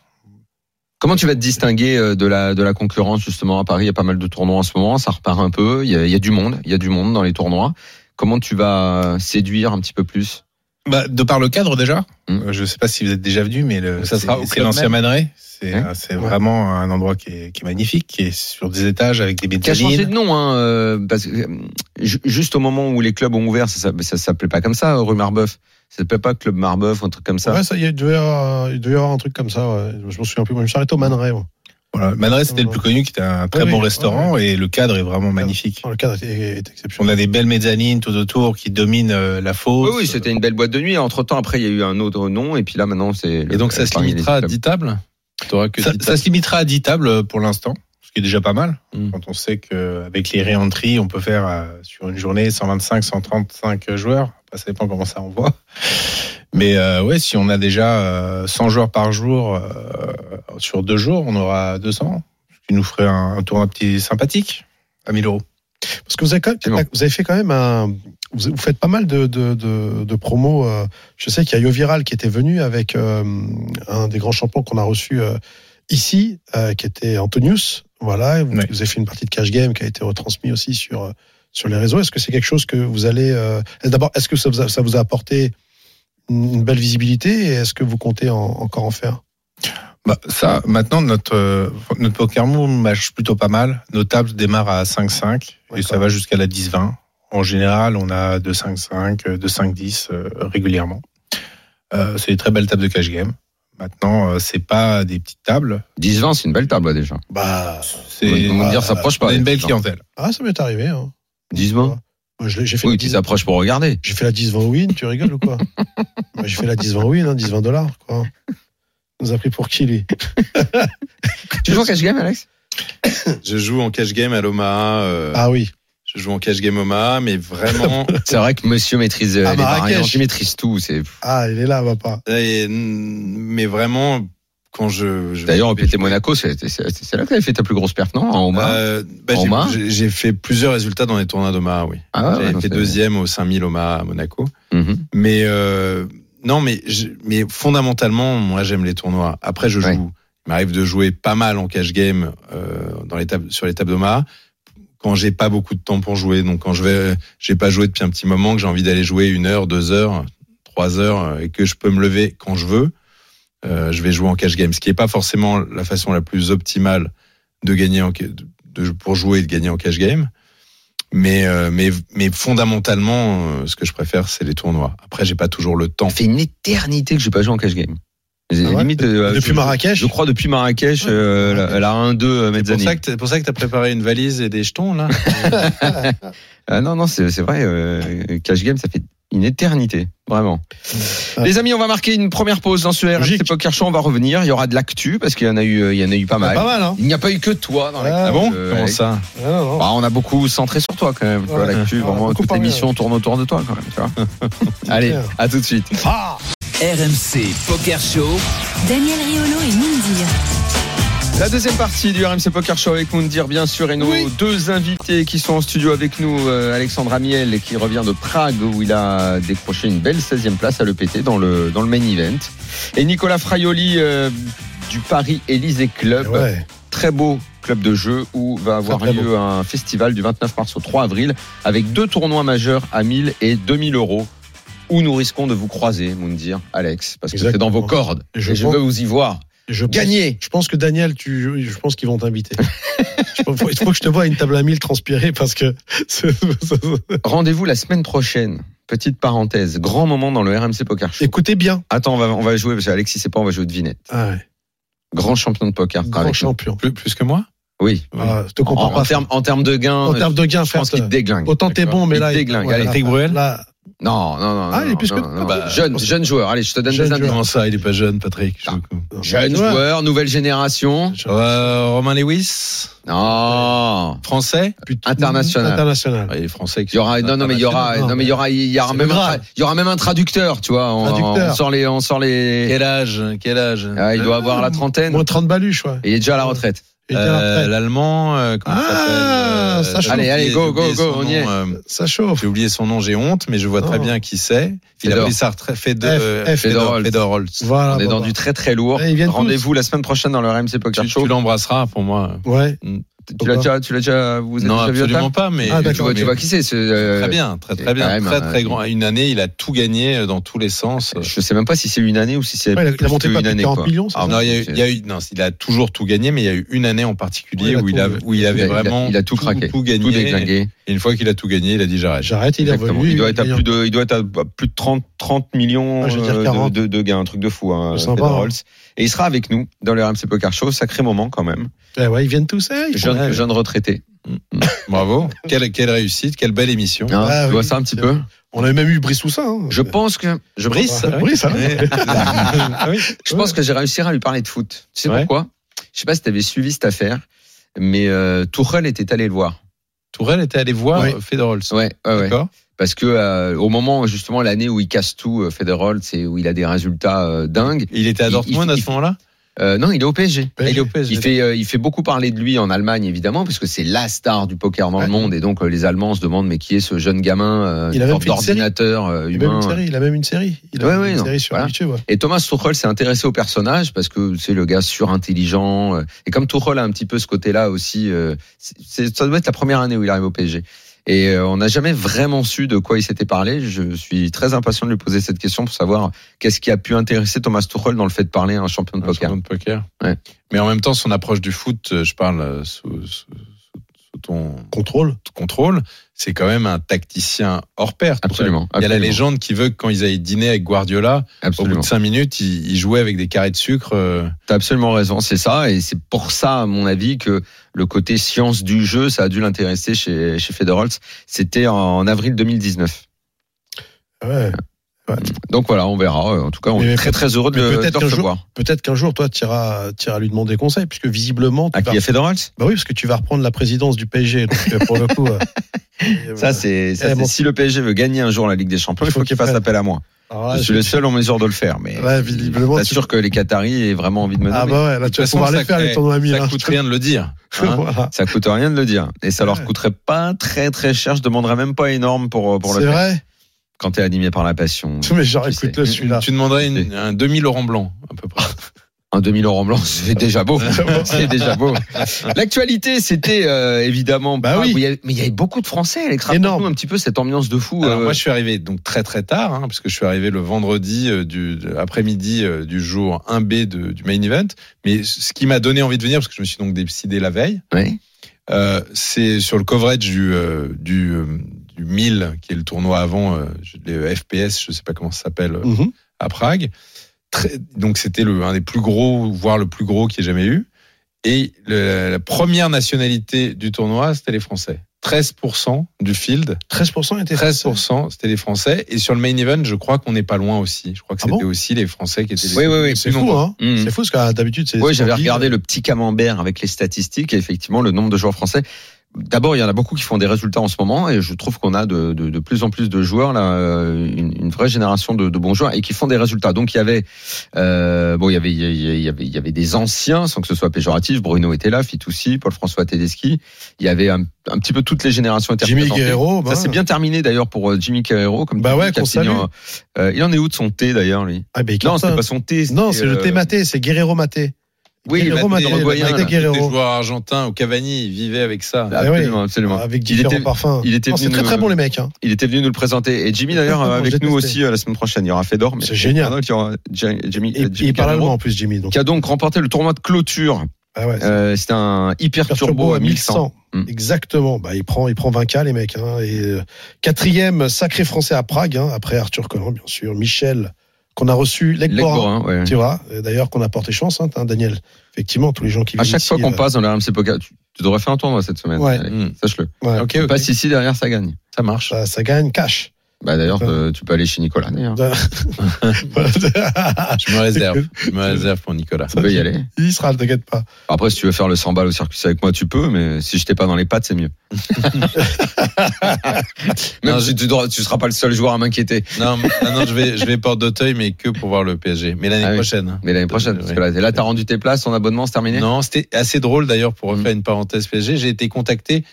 Speaker 1: Comment tu vas te distinguer euh, de la, de la concurrence justement à Paris Il y a pas mal de tournois en ce moment, ça repart un peu, il y a, il y a du monde, il y a du monde dans les tournois. Comment tu vas euh, séduire un petit peu plus
Speaker 5: Bah, de par le cadre déjà.
Speaker 1: Mm.
Speaker 5: Euh, Je ne sais pas si vous êtes déjà venu, mais le,
Speaker 3: Ça
Speaker 5: c'est-
Speaker 3: sera au
Speaker 5: c'est
Speaker 3: club
Speaker 5: l'ancien
Speaker 3: même.
Speaker 5: Maneray. C'est
Speaker 1: Ouais.
Speaker 5: euh, c'est vraiment un endroit qui est, qui est magnifique, qui est sur des étages avec des
Speaker 1: Qui a changé
Speaker 5: mezzanines.
Speaker 1: de nom, hein, euh, parce que euh, ju- juste au moment où les clubs ont ouvert, ça, ça, ça s'appelait pas comme ça, euh, rue Marbeuf. Ça s'appelait pas Club Marbeuf ou un truc comme ça.
Speaker 2: Ouais, ça, il, y a- il devait y avoir, euh, il devait y avoir un truc comme ça. ouais. Je me souviens plus. Moi, je me suis arrêté au Maneray. moi.
Speaker 5: Voilà. Maneray, c'était le plus connu, qui était un très
Speaker 2: Ouais,
Speaker 5: bon
Speaker 2: oui.
Speaker 5: restaurant et le cadre est vraiment magnifique.
Speaker 2: Le cadre est, est
Speaker 5: On
Speaker 2: exceptionnel.
Speaker 5: a des belles mezzanines tout autour qui dominent euh, la
Speaker 1: Oui,
Speaker 5: fosse.
Speaker 1: oui, c'était une belle boîte de nuit. Entre temps, après, il y a eu un autre nom, et puis là, maintenant, c'est. le- euh,
Speaker 3: Et donc, ça se
Speaker 1: Paris
Speaker 3: limitera à
Speaker 1: Club.
Speaker 3: 10 tables T'auras que
Speaker 5: Ça,
Speaker 3: 10
Speaker 5: ça se limitera à 10 tables euh, pour l'instant, ce qui est déjà pas mal.
Speaker 3: Mm.
Speaker 5: Quand on sait qu'avec les réentries, on peut faire euh, sur une journée 125, 135 joueurs. Après, ça dépend comment ça envoie. Mais euh, ouais, si on a déjà euh, 100 joueurs par jour euh, sur deux jours, on aura 200, ce qui nous ferait un, un tournoi petit sympathique à 1000 euros.
Speaker 2: Parce que vous avez, quand
Speaker 1: C'est
Speaker 2: même,
Speaker 1: bon.
Speaker 2: vous avez fait quand même un. Vous, vous faites pas mal de, de, de, de promos. euh, Je sais qu'il y a Yoviral qui était venu avec euh, un des grands champions qu'on a reçu euh, ici, euh, qui était Antonius. Voilà, et vous,
Speaker 5: Ouais.
Speaker 2: vous avez fait une partie de cash game qui a été retransmise aussi sur, euh, sur les réseaux. Est-ce que c'est quelque chose que vous allez. euh, est-ce- D'abord, est-ce que ça vous, a, ça vous a apporté une belle visibilité et est-ce que vous comptez en- encore en faire
Speaker 5: Bah, ça, maintenant, notre, euh, notre poker move marche plutôt pas mal. Nos tables démarrent à 5-5 et
Speaker 2: D'accord.
Speaker 5: ça va jusqu'à la 10-20. En général, on a 2-5-5, euh, 2-5-10 euh, régulièrement. Euh, c'est des très belles tables de cash game. Maintenant, euh, c'est pas des petites tables.
Speaker 1: 10-20, c'est une belle table, là, déjà.
Speaker 2: Bah.
Speaker 5: C'est
Speaker 1: on va
Speaker 5: on
Speaker 1: dire, ça approche pas.
Speaker 5: a une belle
Speaker 1: cliente.
Speaker 5: clientèle.
Speaker 2: Ah, ça m'est arrivé. Hein.
Speaker 1: 10-20
Speaker 2: Moi, je l'ai- J'ai fait
Speaker 1: Oui,
Speaker 2: la
Speaker 1: tu
Speaker 2: 10
Speaker 1: t'approches pour regarder.
Speaker 2: J'ai fait la 10-20 win, tu rigoles ou quoi Moi, J'ai fait la 10-20 win, hein, 10-20 dollars, quoi. Il nous a pris pour qui, lui
Speaker 1: Tu joues en cash game, Alex
Speaker 3: Je joue en cash game à l'Omaha. euh,
Speaker 2: Ah oui.
Speaker 3: Je joue en cash game Omaha,
Speaker 1: [LAUGHS]
Speaker 3: mais vraiment.
Speaker 1: C'est vrai que monsieur maîtrise euh,
Speaker 2: À
Speaker 1: les
Speaker 2: Marrakech.
Speaker 1: variantes, il maîtrise tout. C'est...
Speaker 2: Ah, il est là, va pas.
Speaker 3: et- mais vraiment, quand je. je-
Speaker 1: D'ailleurs, péter Monaco, c'est, c'est- c'est là que tu fait ta plus grosse perte, non En bas
Speaker 3: Euh, bah,
Speaker 1: En
Speaker 3: j'ai-
Speaker 1: Omaha
Speaker 3: j'ai- J'ai fait plusieurs résultats dans les tournois d'Omaha, oui.
Speaker 1: Ah ouais,
Speaker 3: J'avais
Speaker 1: ouais, non,
Speaker 3: fait
Speaker 1: c'est-
Speaker 3: deuxième au 5000 Omaha à Monaco.
Speaker 1: Mhm.
Speaker 3: Mais euh, non, mais, je- mais fondamentalement, moi j'aime les tournois. Après, je joue.
Speaker 1: Ouais.
Speaker 3: Il m'arrive de jouer pas mal en cash game euh, dans les tables, sur les tables d'Omaha quand j'ai pas beaucoup de temps pour jouer. Donc quand je vais, j'ai pas joué depuis un petit moment, que j'ai envie d'aller jouer une heure, deux heures, trois heures euh, et que je peux me lever quand je veux, euh, je vais jouer en cash game. Ce qui est pas forcément la façon la plus optimale de gagner en, ca- de, pour jouer et de gagner en cash game. Mais, euh, mais, mais fondamentalement, euh, ce que je préfère, c'est les tournois. Après, j'ai pas toujours le temps.
Speaker 1: Ça fait une éternité que j'ai pas joué en cash game.
Speaker 3: Ah
Speaker 2: ouais
Speaker 1: Limite, euh,
Speaker 2: Depuis
Speaker 1: je-
Speaker 2: Marrakech
Speaker 1: Je crois depuis Marrakech, euh, la- la, 1-2 euh,
Speaker 3: C'est pour
Speaker 1: mezzanine.
Speaker 3: ça que t'as- pour ça que t'as préparé une valise et des jetons, là.
Speaker 1: Ah non, non, c'est c'est vrai, euh, Cash Game, ça fait une éternité, vraiment. Les amis, on va marquer une première pause dans ce RMC
Speaker 2: Logique.
Speaker 1: Poker Show, on va revenir, il y aura de l'actu, parce qu'il y en a eu, euh, il y en a
Speaker 3: Ah,
Speaker 1: eu pas mal.
Speaker 2: Pas mal, hein
Speaker 1: Il n'y a pas eu que toi dans l'actu.
Speaker 2: Ah
Speaker 3: bon
Speaker 1: Euh,
Speaker 3: Comment
Speaker 1: Alex.
Speaker 3: ça
Speaker 2: Ah, non, non.
Speaker 1: Bah, on a beaucoup centré sur toi quand même, tu vois,
Speaker 2: Ouais.
Speaker 1: l'actu,
Speaker 2: Ouais,
Speaker 1: vraiment,
Speaker 2: beaucoup
Speaker 1: toute
Speaker 2: parlé,
Speaker 1: l'émission tourne autour de toi quand même, tu vois.
Speaker 2: [LAUGHS]
Speaker 1: Allez,
Speaker 2: clair.
Speaker 1: à tout de suite.
Speaker 6: RMC Poker Show.
Speaker 7: Daniel Riolo et Moundir.
Speaker 1: La deuxième partie du RMC Poker Show avec Moundir, bien sûr, et nos deux invités qui sont en studio avec nous, euh, Alexandre Amiel, qui revient de Prague, où il a décroché une belle 16e place à l'EPT dans le, dans le main event. Et Nicolas Fraioli euh, du Paris Élysée Club,
Speaker 2: Eh Ouais.
Speaker 1: très beau club de jeu, où va avoir
Speaker 2: très
Speaker 1: lieu un festival du 29 mars au 3 avril, avec deux tournois majeurs à 1000 et 2000 euros. Où nous risquons de vous croiser, Moundir, Alex, parce que c'est
Speaker 2: Exactement.
Speaker 1: dans vos cordes.
Speaker 2: Et
Speaker 1: Je,
Speaker 2: je
Speaker 1: et je
Speaker 2: pense-
Speaker 1: veux vous y voir.
Speaker 2: Je pense-
Speaker 1: Gagner
Speaker 2: Je pense que Daniel, tu, je pense qu'ils vont t'inviter. Je pense- faut- Il faut que je te vois à une table à 1000 transpirer parce que.
Speaker 1: Rendez-vous la semaine prochaine. Petite parenthèse, grand moment dans le RMC Poker Show.
Speaker 2: Écoutez bien.
Speaker 1: Attends, on va, on va jouer, parce qu'Alexis c'est pas, on va jouer de vinette.
Speaker 2: Ah ouais.
Speaker 1: Grand champion de poker. sera
Speaker 2: Grand
Speaker 1: avec nous.
Speaker 2: champion.
Speaker 3: plus, plus que moi
Speaker 1: Oui.
Speaker 2: Ah, je te
Speaker 1: En,
Speaker 2: comprends
Speaker 1: en
Speaker 2: pas.
Speaker 1: termes en termes de gains,
Speaker 2: En termes de gain,
Speaker 1: je pense
Speaker 2: frère,
Speaker 1: qu'il te déglingue.
Speaker 2: Autant t'es
Speaker 1: D'accord.
Speaker 2: bon, mais
Speaker 1: Il
Speaker 2: là. il-
Speaker 1: déglingue.
Speaker 2: voilà.
Speaker 1: Allez.
Speaker 3: Patrick Bruel
Speaker 2: Là,
Speaker 1: Non, non, non.
Speaker 2: Ah,
Speaker 1: non,
Speaker 2: il est plus que-
Speaker 1: non, non.
Speaker 2: bah,
Speaker 1: jeune, jeune joueur. Allez, je te donne
Speaker 2: Jeune
Speaker 1: des indices.
Speaker 2: joueur.
Speaker 3: Comment ça Il est pas jeune, Patrick.
Speaker 1: Ah.
Speaker 2: non.
Speaker 1: Jeune
Speaker 2: Ouais.
Speaker 1: joueur, nouvelle génération.
Speaker 3: Euh, Romain Lewis
Speaker 1: Non,
Speaker 3: Français
Speaker 2: Putain.
Speaker 1: international.
Speaker 2: International.
Speaker 3: Il est français.
Speaker 1: Il y aura, non, non, mais il y aura,
Speaker 2: International.
Speaker 1: non, mais il y aura, il y aura
Speaker 2: C'est
Speaker 1: même,
Speaker 2: le
Speaker 1: un
Speaker 2: grade.
Speaker 1: tra- il y aura même un traducteur, tu vois. On,
Speaker 2: Traducteur.
Speaker 1: on sort les, on sort les.
Speaker 3: Quel âge Quel âge
Speaker 1: Ah, il doit avoir la trentaine.
Speaker 2: Moins 30 baluches, ouais.
Speaker 1: Et il est déjà à la retraite.
Speaker 2: Et bien
Speaker 3: Euh,
Speaker 2: après,
Speaker 3: L'allemand. euh, comment il
Speaker 2: Ah,
Speaker 3: s'appelle, euh,
Speaker 2: ça chauffe.
Speaker 3: j'ai
Speaker 1: Allez, allez, go,
Speaker 3: oublié- j'ai
Speaker 1: go,
Speaker 3: oublié
Speaker 4: hein,
Speaker 1: go,
Speaker 3: son
Speaker 1: on y
Speaker 3: nom,
Speaker 1: est.
Speaker 3: euh,
Speaker 2: ça chauffe.
Speaker 3: J'ai oublié son nom, j'ai honte, mais je vois très
Speaker 2: Oh.
Speaker 3: bien qui c'est. Il a
Speaker 1: Fedor.
Speaker 3: pris sa retraite. Fedor,
Speaker 2: F,
Speaker 3: euh,
Speaker 2: F,
Speaker 3: Fedor,
Speaker 1: Fedor.
Speaker 3: Fedor Holtz.
Speaker 2: Voilà.
Speaker 1: On est
Speaker 2: bon,
Speaker 1: dans
Speaker 2: bah.
Speaker 1: du très très lourd.
Speaker 2: Eh, ils viennent tous.
Speaker 1: Rendez-vous la semaine prochaine dans le RMC Poker
Speaker 3: Tu,
Speaker 1: Show.
Speaker 3: tu l'embrasseras pour moi.
Speaker 2: Ouais.
Speaker 1: Tu l'as déjà, tu l'as déjà, vous êtes
Speaker 3: non,
Speaker 1: déjà vu au
Speaker 3: absolument
Speaker 1: table
Speaker 3: pas, mais
Speaker 2: Ah,
Speaker 1: tu vois,
Speaker 3: mais-
Speaker 1: tu vois qui c'est ce, euh,
Speaker 3: Très bien, très
Speaker 1: c'est
Speaker 3: très bien,
Speaker 1: quand même hein,
Speaker 3: très
Speaker 1: un-
Speaker 3: très grand. Une année, il a tout gagné euh, dans tous les sens.
Speaker 1: Je sais même pas si c'est une année ou si c'est
Speaker 2: Ouais, il a- il a
Speaker 1: plus
Speaker 2: monté
Speaker 1: que
Speaker 2: pas
Speaker 1: une
Speaker 2: plus de
Speaker 1: année.
Speaker 2: 40
Speaker 1: quoi.
Speaker 2: millions, c'est
Speaker 1: Ah,
Speaker 3: non,
Speaker 1: non,
Speaker 3: il y a, eu- il y a eu- non, il a toujours tout gagné, mais il y a eu une année en particulier
Speaker 2: Ouais, il a
Speaker 3: où, il
Speaker 2: tout
Speaker 3: avait,
Speaker 2: gagné.
Speaker 3: où il avait
Speaker 1: Il a- il a-
Speaker 3: vraiment
Speaker 1: il a tout craqué,
Speaker 3: tout
Speaker 1: tout
Speaker 3: gagné.
Speaker 1: déglingué.
Speaker 3: et une fois qu'il a tout gagné, il a dit j'arrête.
Speaker 2: J'arrête, il est
Speaker 1: Exactement.
Speaker 2: revenu.
Speaker 1: il doit être à
Speaker 2: gagnant.
Speaker 1: plus de, il doit être à plus de 30, 30 millions
Speaker 2: Ah, je veux dire
Speaker 1: euh,
Speaker 2: 40.
Speaker 1: de, de, de gains, un truc de fou. Hein,
Speaker 2: C'est sympa,
Speaker 1: Fedor
Speaker 2: hein.
Speaker 1: Holtz. Et il sera avec nous dans le RMC Poker Show, sacré moment quand même.
Speaker 2: Eh ouais, ils viennent tous. eh, ils font-
Speaker 1: Jeune, jeune retraité.
Speaker 3: Bravo. quelle, quelle réussite, quelle belle émission.
Speaker 1: Hein,
Speaker 2: Ah,
Speaker 1: tu
Speaker 2: oui,
Speaker 1: vois ça un petit
Speaker 2: c'est
Speaker 1: peu.
Speaker 2: vrai. On avait même eu Brice Toussaint. hein.
Speaker 1: Je pense que je
Speaker 3: Brice,
Speaker 2: Ouais, Brice, hein.
Speaker 3: Ah oui.
Speaker 1: Je pense que j'ai réussi à lui parler de foot. Tu sais
Speaker 3: Ouais.
Speaker 1: pourquoi Je sais pas si tu avais suivi cette affaire, mais euh, Tourelle était allé le voir.
Speaker 3: Tourelle était allé voir
Speaker 2: Ouais.
Speaker 3: Fedor Holtz.
Speaker 1: Ouais, ouais, ouais.
Speaker 3: D'accord.
Speaker 1: Parce que euh, au moment justement l'année où il casse tout, euh, Federer, c'est où il a des résultats euh, dingues.
Speaker 3: Il était à
Speaker 1: Il-
Speaker 3: Dortmund
Speaker 1: il-
Speaker 3: à
Speaker 1: il-
Speaker 3: ce moment-là.
Speaker 1: Euh, non, il est au PSG.
Speaker 3: Ah, il est au PSG.
Speaker 1: Il fait, euh, il fait beaucoup parler de lui en Allemagne évidemment parce que c'est la star du poker dans le
Speaker 2: Ouais.
Speaker 1: monde et donc euh, les Allemands se demandent mais qui est ce jeune gamin euh,
Speaker 2: Il a
Speaker 1: une
Speaker 2: même
Speaker 1: sorte
Speaker 2: fait une série.
Speaker 1: d'ordinateur euh,
Speaker 2: Il a même
Speaker 1: humain.
Speaker 2: une série. Il a même une série. Il a
Speaker 1: Ouais,
Speaker 2: même
Speaker 1: ouais,
Speaker 2: une
Speaker 1: non.
Speaker 2: série sur
Speaker 1: Voilà.
Speaker 2: YouTube. ouais.
Speaker 1: Et Thomas Tuchel s'est intéressé au personnage parce que c'est le gars surintelligent. euh, Et comme Tuchel a un petit peu ce côté-là aussi, euh, c'est- c'est- ça doit être la première année où il arrive au PSG. Et euh, on n'a jamais vraiment su de quoi il s'était parlé. Je suis très impatient de lui poser cette question pour savoir qu'est-ce qui a pu intéresser Thomas Tuchel dans le fait de parler à un champion de
Speaker 3: Un
Speaker 1: poker.
Speaker 3: champion de poker.
Speaker 1: Ouais.
Speaker 3: Mais en même temps, son approche du foot, euh, je parle euh, sous, sous- sous ton
Speaker 2: Contrôle.
Speaker 3: contrôle, c'est quand même un tacticien hors pair.
Speaker 1: Absolument.
Speaker 3: Il y a la
Speaker 1: absolument,
Speaker 3: légende qui veut que quand ils aillent dîner avec Guardiola, au bout
Speaker 1: Absolument.
Speaker 3: de 5 minutes, ils ils jouaient avec des carrés de sucre. euh,
Speaker 1: T'as absolument raison, c'est ça, et c'est pour ça, à mon avis, que le côté science du jeu, ça a dû l'intéresser chez, chez Federholz. C'était en avril 2019.
Speaker 2: Ouais.
Speaker 1: Donc voilà, on verra. Euh, En tout cas, on
Speaker 2: Mais-
Speaker 1: est très très heureux de,
Speaker 2: mais
Speaker 1: le-
Speaker 2: peut-être
Speaker 1: de le
Speaker 2: qu'un jour-
Speaker 1: recevoir.
Speaker 2: Peut-être qu'un jour, toi, tu iras, tu iras lui demander conseil, puisque visiblement, tu
Speaker 1: À
Speaker 2: vas-
Speaker 1: Ah, qui est Federholz
Speaker 2: bah oui, parce que tu vas reprendre la présidence du PSG. Donc euh, pour le coup, euh, et
Speaker 1: [LAUGHS] Ça,
Speaker 2: voilà.
Speaker 1: c'est ça,
Speaker 2: Eh,
Speaker 1: c'est-
Speaker 2: bon.
Speaker 1: si le PSG veut gagner un jour la Ligue des Champions, il faut qu'il fasse
Speaker 2: fasse.
Speaker 1: appel à moi.
Speaker 2: Alors là,
Speaker 1: je suis le seul en mesure de le faire, mais
Speaker 2: Ouais,
Speaker 1: je suis
Speaker 2: visiblement,
Speaker 1: pas
Speaker 2: tu-
Speaker 1: sûr que les Qataris aient vraiment envie de me
Speaker 2: Ah
Speaker 1: nommer.
Speaker 2: bah ouais, là tu vas
Speaker 3: façon,
Speaker 2: pouvoir
Speaker 3: ça-
Speaker 2: les faire les
Speaker 3: eh,
Speaker 2: tournois à mille.
Speaker 3: ça
Speaker 2: hein.
Speaker 3: coûte rien de le
Speaker 2: [LAUGHS]
Speaker 3: dire. hein.
Speaker 2: Voilà.
Speaker 1: Ça coûte rien de le dire, et ça leur
Speaker 2: Ouais.
Speaker 1: coûterait pas très très cher. Je demanderais même pas énorme pour pour le
Speaker 2: C'est
Speaker 1: faire.
Speaker 2: vrai.
Speaker 1: Quand t'es animé par la passion,
Speaker 2: Mais genre,
Speaker 1: Je sais.
Speaker 2: écoute-le celui-là.
Speaker 3: Tu demanderais une- un demi Laurent Blanc, à peu près.
Speaker 1: Un 2000 euros en blanc, [LAUGHS] c'est déjà beau. [LAUGHS] c'est déjà beau. L'actualité, c'était euh, évidemment.
Speaker 2: Bah
Speaker 1: pas-
Speaker 2: oui.
Speaker 1: il y avait- Mais il y avait beaucoup de Français, Alex.
Speaker 2: Énorme.
Speaker 1: Raconte-nous un petit peu cette ambiance de fou.
Speaker 3: Alors,
Speaker 1: euh,
Speaker 3: moi, je suis arrivé donc très très tard, hein, parce que je suis arrivé le vendredi euh, du de- après-midi euh, du jour 1B de- du main event. Mais ce qui m'a donné envie de venir, parce que je me suis donc décidé la veille,
Speaker 1: ouais.
Speaker 3: euh, c'est sur le coverage du euh, du, euh, du 1000, qui est le tournoi avant euh, je- les FPS, je sais pas comment ça s'appelle euh,
Speaker 2: Mhm.
Speaker 3: à Prague. Très- donc c'était le un des plus gros, voire le plus gros qui ait jamais eu. Et le- la première nationalité du tournoi, c'était les Français. 13% du field
Speaker 2: 13% était
Speaker 3: 13%, c'était les Français. Et sur le main event, je crois qu'on n'est pas loin aussi. Je crois que
Speaker 2: Ah
Speaker 3: c'était
Speaker 2: bon
Speaker 3: aussi les Français qui étaient les
Speaker 1: Oui, oui, oui.
Speaker 3: les
Speaker 2: C'est
Speaker 3: plus
Speaker 2: fou,
Speaker 3: nombreux.
Speaker 2: hein.
Speaker 1: Mhm.
Speaker 2: C'est fou, parce que ah, d'habitude, c'est.
Speaker 1: Ouais, j'avais
Speaker 2: c'est-
Speaker 1: regardé le petit camembert avec les statistiques et effectivement le nombre de joueurs français. D'abord, il y en a beaucoup qui font des résultats en ce moment et je trouve qu'on a de, de, de plus en plus de joueurs là, euh, une, une vraie génération de, de bons joueurs et qui font des résultats. Donc il y avait, euh, bon, il y avait, il y avait, il y avait des anciens sans que ce soit péjoratif. Bruno était là, Fitoussi, Paul-François Tedeschi. Il y avait un, un petit peu toutes les générations. étaient
Speaker 2: Jimmy
Speaker 1: représentées.
Speaker 2: Guerrero. bah,
Speaker 1: Ça s'est bien terminé d'ailleurs pour euh, Jimmy Carrero. Comme
Speaker 2: Bah
Speaker 1: tu dis,
Speaker 2: ouais,
Speaker 1: qui a
Speaker 2: qu'on
Speaker 1: fini
Speaker 2: salue.
Speaker 1: en- euh, il en est où de son thé d'ailleurs lui
Speaker 2: Ah, bah, il
Speaker 1: Non,
Speaker 2: cartonne.
Speaker 1: c'est pas son thé.
Speaker 2: Non,
Speaker 1: c'était,
Speaker 2: c'est le
Speaker 1: euh,
Speaker 2: thé maté, c'est Guerrero maté.
Speaker 1: Oui, Ah,
Speaker 2: Guerrero
Speaker 1: le
Speaker 2: maté,
Speaker 1: thé uruguayen,
Speaker 2: maté
Speaker 1: là.
Speaker 3: Tous Les
Speaker 2: Guerrero.
Speaker 3: joueurs argentins ou Cavani, ils vivaient avec ça.
Speaker 2: Ah
Speaker 1: Absolument, absolument.
Speaker 2: Avec
Speaker 1: hein. il,
Speaker 2: différents
Speaker 1: était,
Speaker 2: parfums.
Speaker 1: il était
Speaker 2: Non, C'est
Speaker 1: venu euh,
Speaker 2: très très
Speaker 1: nous-
Speaker 2: bon, les mecs. hein.
Speaker 1: il était venu nous le présenter. Et Jimmy, d'ailleurs,
Speaker 2: Exactement,
Speaker 1: avec
Speaker 2: j'ai
Speaker 1: nous
Speaker 2: testé.
Speaker 1: aussi euh, la semaine prochaine. Il y aura Fedor. mais-
Speaker 2: C'est génial.
Speaker 1: Arnold, il y aura Ja- Jimmy,
Speaker 2: Et
Speaker 1: euh,
Speaker 2: puis,
Speaker 1: Jimmy
Speaker 2: il parle
Speaker 1: Calero,
Speaker 2: allemand en plus, Jimmy. Donc,
Speaker 1: qui a donc remporté le tournoi de clôture.
Speaker 2: Ah ouais,
Speaker 1: Euh, C'était un hyper
Speaker 2: Super
Speaker 1: turbo à 1100. Mm.
Speaker 2: Exactement. Bah, il prend, il prend 20K, les mecs. hein. Et, euh, quatrième sacré français à Prague, hein, après Arthur Collin, bien sûr. Michel, qu'on a reçu, Legbora.
Speaker 1: Lecborin, ouais.
Speaker 2: Tu vois, euh, d'ailleurs, qu'on a porté chance, hein, hein, Daniel. Effectivement, tous les gens qui
Speaker 1: À
Speaker 2: viennent
Speaker 1: chaque
Speaker 2: ici,
Speaker 1: fois qu'on
Speaker 2: euh,
Speaker 1: passe dans la RMC Poker, tu, tu devrais faire un tournoi cette semaine.
Speaker 2: Ouais.
Speaker 1: Allez,
Speaker 3: Mm.
Speaker 1: Sache-le.
Speaker 2: ouais,
Speaker 3: Ok, ok.
Speaker 1: Passe ici, derrière, ça gagne.
Speaker 3: ça marche.
Speaker 2: ça, ça gagne cash. [LAUGHS]
Speaker 1: Bah, d'ailleurs, euh, tu peux aller chez Nicolas, d'ailleurs.
Speaker 4: Je me réserve. Je me réserve pour Nicolas.
Speaker 1: Tu peux y aller.
Speaker 2: Il sera, ne t'inquiète pas.
Speaker 1: Après, si tu veux faire le 100 balles au circuit avec moi, tu peux, mais si je t'ai pas dans les pattes, c'est [LAUGHS] mieux. Même
Speaker 4: Non,
Speaker 1: si tu, dois- tu seras pas le seul joueur à m'inquiéter.
Speaker 4: Non,
Speaker 3: ah
Speaker 4: maintenant je vais, je vais porte d'Auteuil, mais que pour voir le PSG. Mais l'année
Speaker 1: Ah oui.
Speaker 4: prochaine. hein.
Speaker 1: Mais l'année prochaine, parce que là, là, t'as rendu tes places, ton abonnement, c'est terminé
Speaker 4: Non, c'était assez drôle d'ailleurs
Speaker 1: Mm.
Speaker 4: pour refaire une parenthèse PSG. J'ai été contacté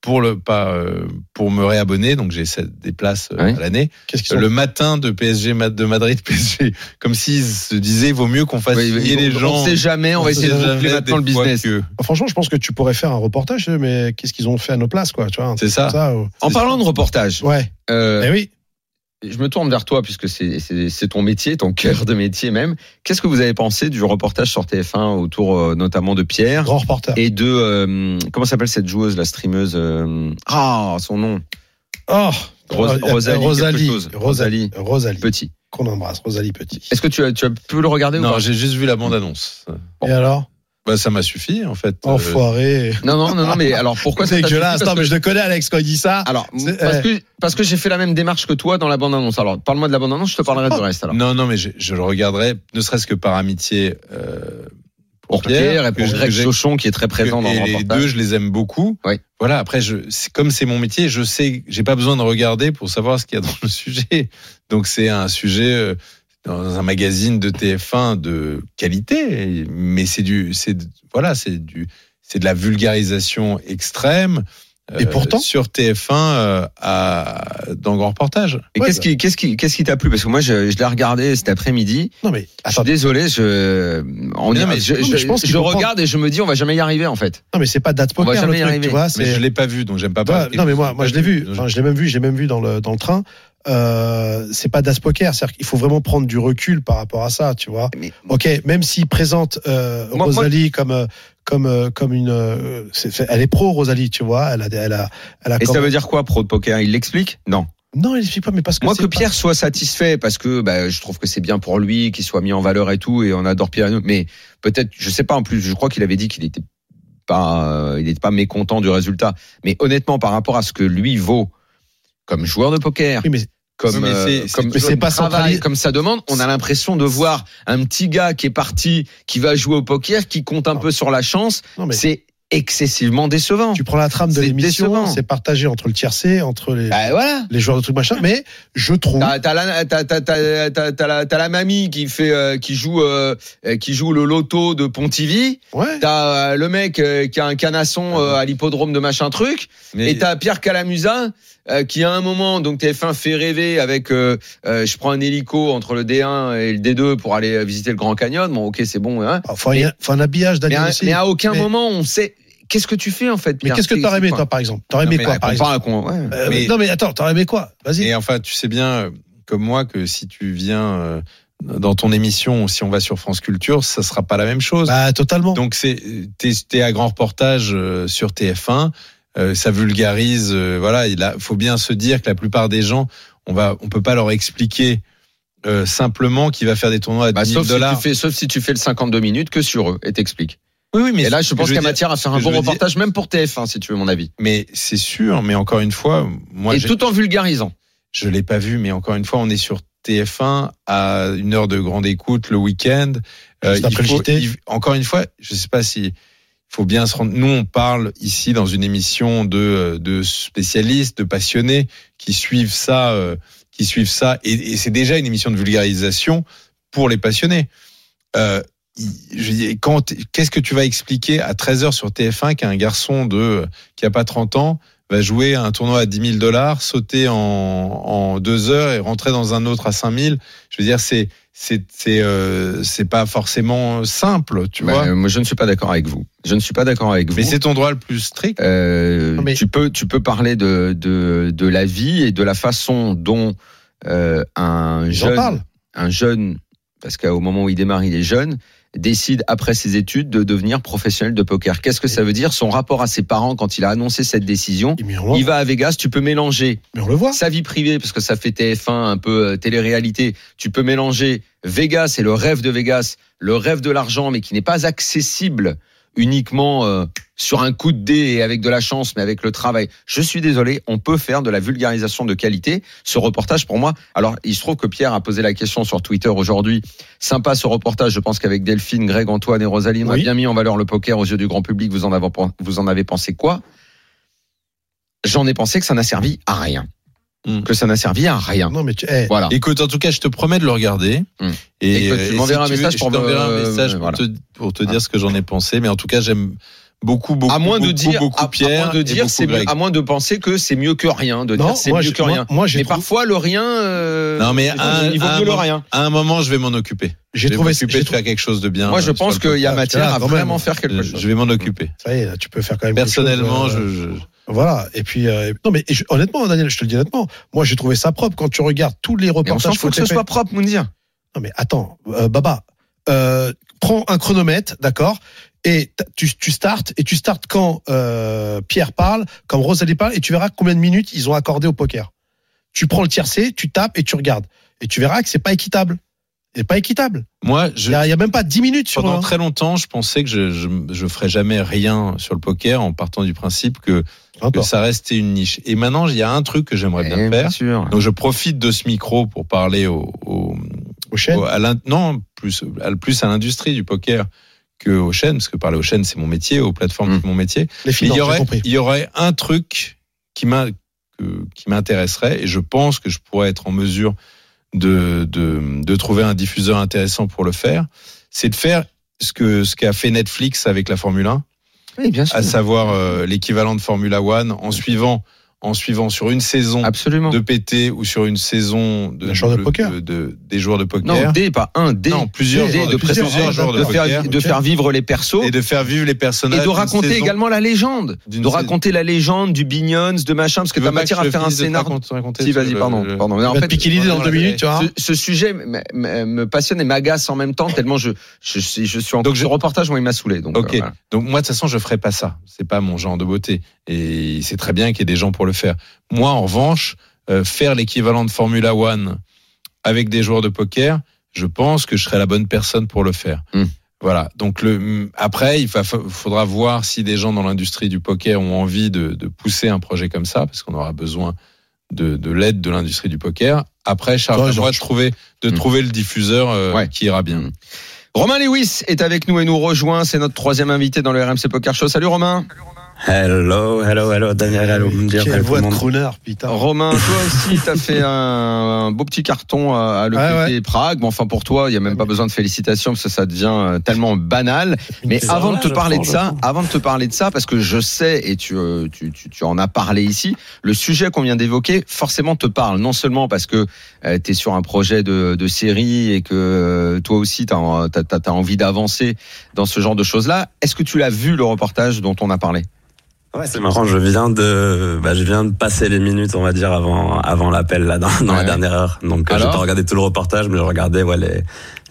Speaker 4: pour le pas euh, pour me réabonner, donc j'ai sept- des places euh,
Speaker 1: Oui.
Speaker 4: à l'année.
Speaker 2: Qu'est-ce qu'ils
Speaker 4: Euh,
Speaker 2: sont
Speaker 4: Le matin de PSG ma- de Madrid [LAUGHS] PSG, comme s'ils se disaient vaut mieux qu'on fasse
Speaker 1: Oui,
Speaker 4: payer les
Speaker 1: on-
Speaker 4: gens.
Speaker 1: On sait jamais, on va essayer de
Speaker 4: Jamais
Speaker 1: boucler maintenant le
Speaker 4: des fois
Speaker 1: business.
Speaker 4: que-
Speaker 2: Franchement, je pense que tu pourrais faire un reportage, chez eux, mais qu'est-ce qu'ils ont fait à nos places, quoi, tu vois. un truc
Speaker 4: C'est ça.
Speaker 2: comme ça, ou-
Speaker 1: En parlant de reportage,
Speaker 2: Ouais.
Speaker 1: euh,
Speaker 2: Eh oui.
Speaker 1: je me tourne vers toi puisque c'est- c'est c'est ton métier, ton cœur de métier même. Qu'est-ce que vous avez pensé du reportage sur TF1 autour euh, notamment de Pierre
Speaker 2: Grand reporter.
Speaker 1: et de euh, comment s'appelle cette joueuse, la streameuse euh, Ah, son nom,
Speaker 2: Oh.
Speaker 1: Ros-
Speaker 2: euh,
Speaker 1: Rosalie,
Speaker 2: Rosalie.
Speaker 1: quelque chose.
Speaker 2: Rosalie. Rosalie.
Speaker 1: petit.
Speaker 2: Qu'on embrasse. Rosalie Petit.
Speaker 1: Est-ce que tu as, tu as pu le regarder ou
Speaker 4: Non,
Speaker 1: pas
Speaker 4: j'ai juste vu la bande annonce.
Speaker 2: Et alors?
Speaker 4: Bah, ça m'a suffi en fait. Euh,
Speaker 2: Enfoiré.
Speaker 1: non, non, non, non, mais alors pourquoi
Speaker 2: [LAUGHS] C'est
Speaker 1: ça t'a
Speaker 2: dégueulasse.
Speaker 1: plu Parce
Speaker 2: Attends, mais je le connais, Alex, quand il dit ça.
Speaker 1: que- Alors,
Speaker 2: C'est-
Speaker 1: parce
Speaker 2: eh.
Speaker 1: que, parce que j'ai fait la même démarche que toi dans la bande-annonce. Alors, parle-moi de la bande-annonce, je te parlerai
Speaker 2: Oh,
Speaker 1: du reste. Alors.
Speaker 4: Non, non, mais je, je le regarderai, ne serait-ce que par amitié euh,
Speaker 1: Pour Pierre et pour
Speaker 4: que je-
Speaker 1: Greg
Speaker 4: que j'ai-
Speaker 1: Chauchon qui est très présent
Speaker 4: que-
Speaker 1: dans le
Speaker 4: et les
Speaker 1: reportage.
Speaker 4: deux, je les aime beaucoup.
Speaker 1: Ouais.
Speaker 4: Voilà. Après, je, c'est- comme c'est mon métier, je sais, j'ai pas besoin de regarder pour savoir ce qu'il y a dans le [LAUGHS] sujet. Donc c'est un sujet euh, dans un magazine de TF1 de qualité, mais c'est du, c'est de- voilà, c'est du, c'est de la vulgarisation extrême.
Speaker 1: Euh,
Speaker 2: Et pourtant
Speaker 4: sur TF1 euh, à, dans Grand Reportage.
Speaker 1: Et
Speaker 2: Ouais,
Speaker 1: qu'est-ce qui, qu'est-ce qui, qu'est-ce qui t'a plu Parce que moi, je, je l'ai regardé cet après-midi.
Speaker 2: Non, mais,
Speaker 1: Je suis
Speaker 2: attends.
Speaker 1: désolé, je, on
Speaker 4: Mais non,
Speaker 1: y-
Speaker 4: mais-
Speaker 1: je,
Speaker 2: non, mais
Speaker 1: je-
Speaker 2: je pense qu'il
Speaker 1: je
Speaker 2: faut
Speaker 1: regarde et je me dis, on va jamais y arriver en fait.
Speaker 2: Non, mais c'est pas date
Speaker 1: On va
Speaker 2: poker,
Speaker 1: jamais
Speaker 2: le
Speaker 1: y
Speaker 2: truc,
Speaker 1: arriver.
Speaker 2: tu vois.
Speaker 4: Mais
Speaker 2: c'est-
Speaker 4: je l'ai pas vu, donc j'aime pas.
Speaker 2: Toi,
Speaker 4: parler.
Speaker 2: Bah, non, mais moi, moi je l'ai vu.
Speaker 4: Donc,
Speaker 2: Enfin, je l'ai même vu. Je l'ai même vu dans le dans le train. Euh, c'est pas Das Poker. C'est-à-dire qu'il faut vraiment prendre du recul par rapport à ça, tu vois.
Speaker 1: Mais-
Speaker 2: Ok, même s'il présente euh,
Speaker 1: Moi,
Speaker 2: Rosalie comme euh, comme euh, comme une, euh, c'est- c'est- elle est pro Rosalie, tu vois. Elle a des- elle a elle a.
Speaker 1: Et
Speaker 2: comme-
Speaker 1: ça veut dire quoi, pro de poker Il l'explique Non.
Speaker 2: Non, il explique pas, mais parce que
Speaker 1: Moi,
Speaker 2: c'est
Speaker 1: que
Speaker 2: pas-
Speaker 1: Pierre soit satisfait, parce que bah, je trouve que c'est bien pour lui, qu'il soit mis en valeur et tout, et on adore Pierre. Hanout. Mais peut-être, je sais pas. En plus, je crois qu'il avait dit qu'il était pas, euh, il n'était pas mécontent du résultat. Mais honnêtement, par rapport à ce que lui vaut comme joueur de poker,
Speaker 2: Oui, mais
Speaker 1: comme,
Speaker 4: mais
Speaker 1: euh,
Speaker 4: c'est- c'est
Speaker 1: comme,
Speaker 2: toujours
Speaker 1: comme
Speaker 2: une pas
Speaker 1: travail,
Speaker 2: centralisé.
Speaker 1: comme ça demande, on a l'impression de voir un petit gars qui est parti, qui va jouer au poker, qui compte un
Speaker 2: Non.
Speaker 1: peu sur la chance.
Speaker 2: non mais
Speaker 1: C'est excessivement décevant.
Speaker 2: tu prends la trame de
Speaker 1: C'est
Speaker 2: l'émission,
Speaker 1: décevant.
Speaker 2: c'est partagé entre le tiercé, entre les
Speaker 1: Bah, voilà.
Speaker 2: les joueurs de trucs machin. Mais je trouve.
Speaker 1: T'as t'as la t'as t'as t'as t'as- t'as la t'as la mamie qui fait euh, qui joue euh, euh, qui joue le loto de Pontivy.
Speaker 2: Ouais.
Speaker 1: T'as euh, le mec euh, qui a un canasson euh, à l'hippodrome de machin truc.
Speaker 4: mais-
Speaker 1: Et t'as Pierre Calamusa euh, qui à un moment donc TF1 fait rêver avec euh, euh, je prends un hélico entre le D1 et le D2 pour aller euh, visiter le Grand Canyon. Bon ok c'est bon. Hein.
Speaker 2: Enfin, il y a- enfin, Ah, un habillage
Speaker 1: Mais,
Speaker 2: d'Alien
Speaker 1: à,
Speaker 2: aussi.
Speaker 1: mais à aucun
Speaker 2: Mais-
Speaker 1: moment on sait qu'est-ce que tu fais en fait.
Speaker 2: Mais
Speaker 1: Pierre
Speaker 2: qu'est-ce que
Speaker 1: C'est-
Speaker 2: t'aurais
Speaker 1: c'est
Speaker 2: aimé
Speaker 1: quoi
Speaker 2: toi, par exemple T'aurais aimé
Speaker 4: Non, mais
Speaker 2: quoi,
Speaker 4: la
Speaker 2: par
Speaker 1: On
Speaker 2: exemple
Speaker 1: parle à con. ouais.
Speaker 2: Euh,
Speaker 4: Mais-
Speaker 2: Non mais attends, t'aurais aimé quoi Vas-y.
Speaker 4: Et enfin, tu sais bien, euh, comme moi, que si tu viens euh, dans ton émission, si on va sur France Culture, ça sera pas la même chose.
Speaker 2: Bah totalement.
Speaker 4: Donc, c'est, t'es, t'es à grand reportage euh, sur TF1, euh, ça vulgarise, euh, voilà, il a- faut bien se dire que la plupart des gens, on va, on peut pas leur expliquer euh, simplement qu'il va faire des tournois à
Speaker 1: Bah,
Speaker 4: 10 000
Speaker 1: sauf, si tu
Speaker 4: dollars.
Speaker 1: fais, sauf si tu fais le 52 minutes que sur eux et t'expliques.
Speaker 4: Oui, oui, mais
Speaker 1: Et là, je
Speaker 4: ce que
Speaker 1: pense qu'il y a
Speaker 4: veux dire-
Speaker 1: matière à faire
Speaker 4: ce
Speaker 1: un
Speaker 4: que
Speaker 1: bon
Speaker 4: je veux dire-
Speaker 1: reportage, même pour TF1, si tu veux mon avis.
Speaker 4: Mais c'est sûr, mais encore une fois, moi,
Speaker 1: et
Speaker 4: j'ai-
Speaker 1: tout en vulgarisant.
Speaker 4: Je l'ai pas vu, mais encore une fois, on est sur TF1 à une heure de grande écoute le week-end.
Speaker 2: Juste après
Speaker 4: Euh, il
Speaker 2: le
Speaker 4: faut-
Speaker 2: JT.
Speaker 4: il- encore une fois, je sais pas si il faut bien se rendre. Nous, on parle ici dans une émission de euh, de spécialistes, de passionnés qui suivent ça, euh, qui suivent ça, et, et c'est déjà une émission de vulgarisation pour les passionnés. Euh, il- je dis, quand t'es- Qu'est-ce que tu vas expliquer à 13h sur TF1 qu'un garçon de qui a pas 30 ans va jouer à un tournoi à 10 000 dollars, sauter en, en deux heures et rentrer dans un autre à 5 000. Je veux dire, c'est c'est c'est euh, c'est pas forcément simple, tu
Speaker 1: Bah,
Speaker 4: vois.
Speaker 1: euh, moi, je ne suis pas d'accord avec vous. Je ne suis pas d'accord avec
Speaker 4: Mais
Speaker 1: vous.
Speaker 4: c'est ton droit le plus strict.
Speaker 1: Euh,
Speaker 2: Non, mais-
Speaker 1: tu peux, tu peux parler de, de de la vie et de la façon dont euh, un
Speaker 2: J'en
Speaker 1: jeune,
Speaker 2: parle.
Speaker 1: un jeune, parce qu'au moment où il démarre, il est jeune, décide après ses études de devenir professionnel de poker. Qu'est-ce que ça veut dire son rapport à ses parents quand il a annoncé cette décision
Speaker 2: Mais on, le-
Speaker 1: Il va à Vegas. Tu peux mélanger
Speaker 2: mais on le voit.
Speaker 1: sa vie privée, parce que ça fait TF1 un peu euh, télé-réalité, tu peux mélanger Vegas et le rêve de Vegas, le rêve de l'argent, mais qui n'est pas accessible uniquement euh, sur un coup de dé et avec de la chance, mais avec le travail. Je suis désolé, on peut faire de la vulgarisation de qualité. Ce reportage, pour moi, alors il se trouve que Pierre a posé la question sur Twitter aujourd'hui. Sympa ce reportage, je pense qu'avec Delphine, Greg, Antoine et Rosalie, on a
Speaker 2: Oui.
Speaker 1: bien mis en valeur le poker aux yeux du grand public. Vous en avez, pen- vous en avez pensé quoi J'en ai pensé que ça n'a servi à rien.
Speaker 3: Mm.
Speaker 1: Que ça n'a servi à rien.
Speaker 2: Non, mais tu. eh,
Speaker 1: Voilà.
Speaker 3: Écoute, en tout cas, je te promets de le regarder.
Speaker 1: Hum.
Speaker 3: Et,
Speaker 1: Et que tu
Speaker 3: euh,
Speaker 1: m'enverras
Speaker 3: si
Speaker 1: un
Speaker 3: veux,
Speaker 1: message pour
Speaker 3: je
Speaker 1: me-
Speaker 3: t'enverrai un
Speaker 4: euh,
Speaker 3: message pour
Speaker 1: voilà.
Speaker 3: te, pour te dire ce que j'en ai pensé. Mais en tout cas, j'aime beaucoup, beaucoup,
Speaker 1: à moins de
Speaker 3: beaucoup,
Speaker 1: dire,
Speaker 3: beaucoup
Speaker 1: à- à
Speaker 3: Pierre
Speaker 1: moins de
Speaker 3: et
Speaker 1: dire,
Speaker 3: beaucoup
Speaker 1: c'est mieux-
Speaker 3: Greg.
Speaker 1: à moins de penser que c'est mieux que rien, de
Speaker 2: non,
Speaker 1: dire c'est
Speaker 2: moi,
Speaker 1: mieux
Speaker 2: j'ai-
Speaker 1: que
Speaker 2: moi-
Speaker 1: rien.
Speaker 2: moi, j'ai
Speaker 1: Mais
Speaker 2: trouvé-
Speaker 1: parfois le rien. euh,
Speaker 3: Non, mais
Speaker 1: il vaut-
Speaker 3: un-
Speaker 1: il vaut
Speaker 3: un
Speaker 1: mieux le
Speaker 3: moment-
Speaker 1: rien.
Speaker 3: À un moment, je vais m'en occuper. je
Speaker 2: j'ai
Speaker 3: vais
Speaker 2: trouvé.
Speaker 3: m'occuper
Speaker 2: j'ai
Speaker 3: de faire quelque chose de bien.
Speaker 1: Moi, je
Speaker 3: euh, sur
Speaker 1: pense
Speaker 3: le
Speaker 1: qu'il y a
Speaker 2: podcast,
Speaker 1: matière
Speaker 2: là,
Speaker 1: à
Speaker 2: quand
Speaker 1: vraiment
Speaker 2: même.
Speaker 1: faire quelque chose.
Speaker 3: Euh, Je vais m'en
Speaker 4: Mm.
Speaker 3: occuper.
Speaker 2: Ça y est, là, tu peux faire quand même. quelque chose,
Speaker 3: Personnellement,
Speaker 2: euh,
Speaker 3: je, je-
Speaker 2: Voilà. Et puis, euh, non, mais je- honnêtement, Daniel, je te le dis honnêtement, moi, j'ai trouvé ça propre quand tu regardes tous les
Speaker 1: Mais on s'en
Speaker 2: reportages.
Speaker 1: fout que ce
Speaker 2: TP.
Speaker 1: soit propre, Mounir.
Speaker 2: Non, mais attends, euh, Baba, euh, prends un chronomètre, d'accord et t- tu, tu startes, et tu startes quand euh, Pierre parle, quand Rosalie parle, et tu verras combien de minutes ils ont accordé au poker. Tu prends le tiercé, tu tapes et tu regardes. Et tu verras que c'est pas équitable. C'est pas équitable.
Speaker 3: moi,
Speaker 2: Il
Speaker 3: je,
Speaker 2: n'y a, il y a même pas 10 minutes sur
Speaker 3: pendant
Speaker 2: un.
Speaker 3: très longtemps, je pensais que je, je, je ferais jamais rien sur le poker en partant du principe que, que
Speaker 2: Encore.
Speaker 3: ça restait une niche. Et maintenant, il y a un truc que j'aimerais
Speaker 1: Eh,
Speaker 3: bien
Speaker 1: bien
Speaker 3: faire.
Speaker 1: sûr.
Speaker 3: Donc, je profite de ce micro pour parler au, au,
Speaker 2: Aux chaînes.
Speaker 3: au- à l'in- non, plus, à- plus à l'industrie du poker que aux chaînes, parce que parler aux chaînes, c'est mon métier, aux plateformes,
Speaker 1: Mm.
Speaker 3: c'est mon métier.
Speaker 2: les
Speaker 3: Mais il
Speaker 2: finances,
Speaker 3: y
Speaker 2: j'ai
Speaker 3: aurait,
Speaker 2: compris.
Speaker 3: il y aurait un truc qui m'in- que- qui m'intéresserait et je pense que je pourrais être en mesure de, de, de trouver un diffuseur intéressant pour le faire, c'est de faire ce que ce qu'a fait Netflix avec la Formule 1,
Speaker 1: Oui, bien sûr.
Speaker 3: à savoir euh, l'équivalent de Formula One
Speaker 1: Mmh.
Speaker 3: en suivant en suivant sur une saison
Speaker 1: Absolument.
Speaker 3: de PT ou sur une saison de,
Speaker 2: Des joueurs de poker.
Speaker 3: de- des joueurs de
Speaker 1: Non,
Speaker 3: poker
Speaker 1: D, pas un, D.
Speaker 3: Non, plusieurs
Speaker 1: D,
Speaker 3: joueurs
Speaker 1: de,
Speaker 3: de-
Speaker 1: préparer,
Speaker 3: plusieurs joueurs de
Speaker 1: de faire,
Speaker 3: poker.
Speaker 1: de faire vivre les persos
Speaker 3: et
Speaker 1: et de,
Speaker 3: de faire vivre les personnages d'une
Speaker 1: raconter
Speaker 3: saison.
Speaker 1: également la légende.
Speaker 3: d'une
Speaker 1: De raconter la légende du Binions, de machin, parce que
Speaker 3: Tu veux
Speaker 1: t'as
Speaker 3: pas
Speaker 1: matière
Speaker 3: que je
Speaker 1: à faire un
Speaker 3: finisse de te
Speaker 1: scénar.
Speaker 3: raconter- raconter
Speaker 1: Si,
Speaker 3: sur
Speaker 1: vas-y,
Speaker 3: le-
Speaker 1: pardon.
Speaker 3: le-
Speaker 1: pardon. Mais
Speaker 2: Tu
Speaker 1: en
Speaker 2: vas te
Speaker 1: fait,
Speaker 2: piquer l'idée dans deux minutes, tu vois.
Speaker 1: Ce, ce sujet me- me me passionne et m'agace en même temps tellement je je, suis- je suis en
Speaker 3: Donc, je-
Speaker 1: ce reportage moi il m'a saoulé donc
Speaker 3: Ok.
Speaker 1: euh, voilà.
Speaker 3: Donc moi, de toute façon, je ferai pas ça. C'est pas mon genre de beauté. Et c'est très bien qu'il y ait des gens pour le faire. Moi, en revanche, euh, faire l'équivalent de Formula One avec des joueurs de poker, je pense que je serai la bonne personne pour le faire.
Speaker 1: Hmm.
Speaker 3: Voilà. Donc le hum, après, il fa- fa- faudra voir si des gens dans l'industrie du poker ont envie de, de pousser un projet comme ça, parce qu'on aura besoin de, de l'aide de l'industrie du poker. Après, Charles,
Speaker 2: Ouais,
Speaker 3: à moi
Speaker 2: genre,
Speaker 3: de trouver de
Speaker 1: Hmm.
Speaker 3: trouver le diffuseur euh,
Speaker 1: Ouais.
Speaker 3: qui ira bien.
Speaker 1: Hmm. Romain Lewis est avec nous et nous rejoint c'est notre troisième invité dans le RMC Poker Show salut Romain
Speaker 4: Hello, hello, hello, Daniel, hello. Dire
Speaker 2: Quelle
Speaker 4: hello tout
Speaker 2: voix
Speaker 4: le
Speaker 2: de
Speaker 4: monde.
Speaker 2: crooner, putain.
Speaker 1: Romain toi aussi t'as fait un, un beau petit carton à, à l'EPT
Speaker 2: Ouais,
Speaker 1: Prague mais enfin pour toi il y a même pas besoin de félicitations parce que ça devient euh, tellement banal Mais
Speaker 4: C'est
Speaker 1: avant de te
Speaker 4: normal,
Speaker 1: parler de ça,
Speaker 4: franchement.
Speaker 1: avant de te parler de ça, parce que je sais et tu, euh, tu, tu, tu en as parlé ici, le sujet qu'on vient d'évoquer forcément te parle. Non seulement parce que tu es sur un projet de, de série et que euh, toi aussi tu as, envie d'avancer dans ce genre de choses-là. Est-ce que tu l'as vu le reportage dont on a parlé
Speaker 4: Ouais, c'est marrant. Je viens de, bah, je viens de passer les minutes, on va dire, avant, avant l'appel, là, dans, dans
Speaker 1: Ouais.
Speaker 4: la dernière heure. Donc, euh, j'ai
Speaker 1: Alors
Speaker 4: pas regardé tout le reportage, mais je regardais, ouais, les,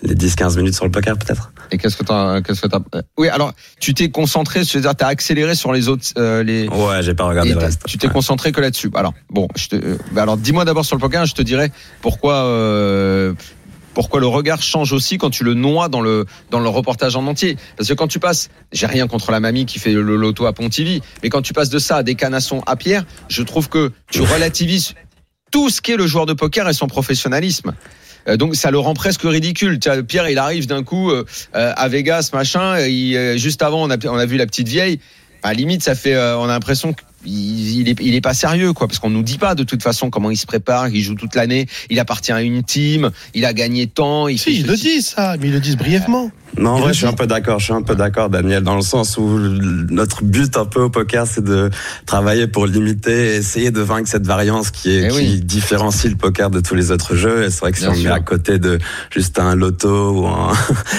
Speaker 4: les 10, 15 minutes sur le poker, peut-être.
Speaker 1: Et qu'est-ce que t'as qu'est-ce que t'as- euh, Oui, alors tu t'es concentré, c'est-à-dire t'as accéléré sur les autres euh, les.
Speaker 4: Ouais, j'ai pas regardé
Speaker 1: et
Speaker 4: le
Speaker 1: t'as-
Speaker 4: reste.
Speaker 1: tu t'es
Speaker 4: Ouais.
Speaker 1: concentré que là-dessus. Alors bon, je te, euh, bah alors dis-moi d'abord sur le poker, je te dirai pourquoi euh, pourquoi le regard change aussi quand tu le noies dans le dans le reportage en entier. Parce que quand tu passes, j'ai rien contre la mamie qui fait le loto à Pontivy, mais quand tu passes de ça à des canassons à Pierre, je trouve que tu relativises tout ce qu'est le joueur de poker et son professionnalisme. Euh, Donc ça le rend presque ridicule. Tu vois, Pierre, il arrive d'un coup euh, euh, à Vegas, machin. et il, euh, juste avant, on a, on a vu la petite vieille. À la limite, ça fait, euh, on a l'impression qu'il il est, il est pas sérieux, quoi, parce qu'on nous dit pas de toute façon comment il se prépare. Il joue toute l'année. Il appartient à une team. Il a gagné tant. Il fait
Speaker 2: Si, ils le
Speaker 1: ceci.
Speaker 2: disent, ça, mais ils le disent brièvement.
Speaker 4: Non, en
Speaker 2: Il
Speaker 4: vrai,
Speaker 2: le
Speaker 4: je suis
Speaker 2: dit.
Speaker 4: un peu d'accord. Je suis un peu d'accord, Daniel, dans le sens où l- notre but un peu au poker, c'est de travailler pour limiter, essayer de vaincre cette variance qui est
Speaker 1: Eh
Speaker 4: qui
Speaker 1: oui.
Speaker 4: différencie le poker de tous les autres jeux. Et c'est vrai que si
Speaker 1: Bien
Speaker 4: on
Speaker 1: sûr.
Speaker 4: met à côté de juste un loto ou, un [LAUGHS]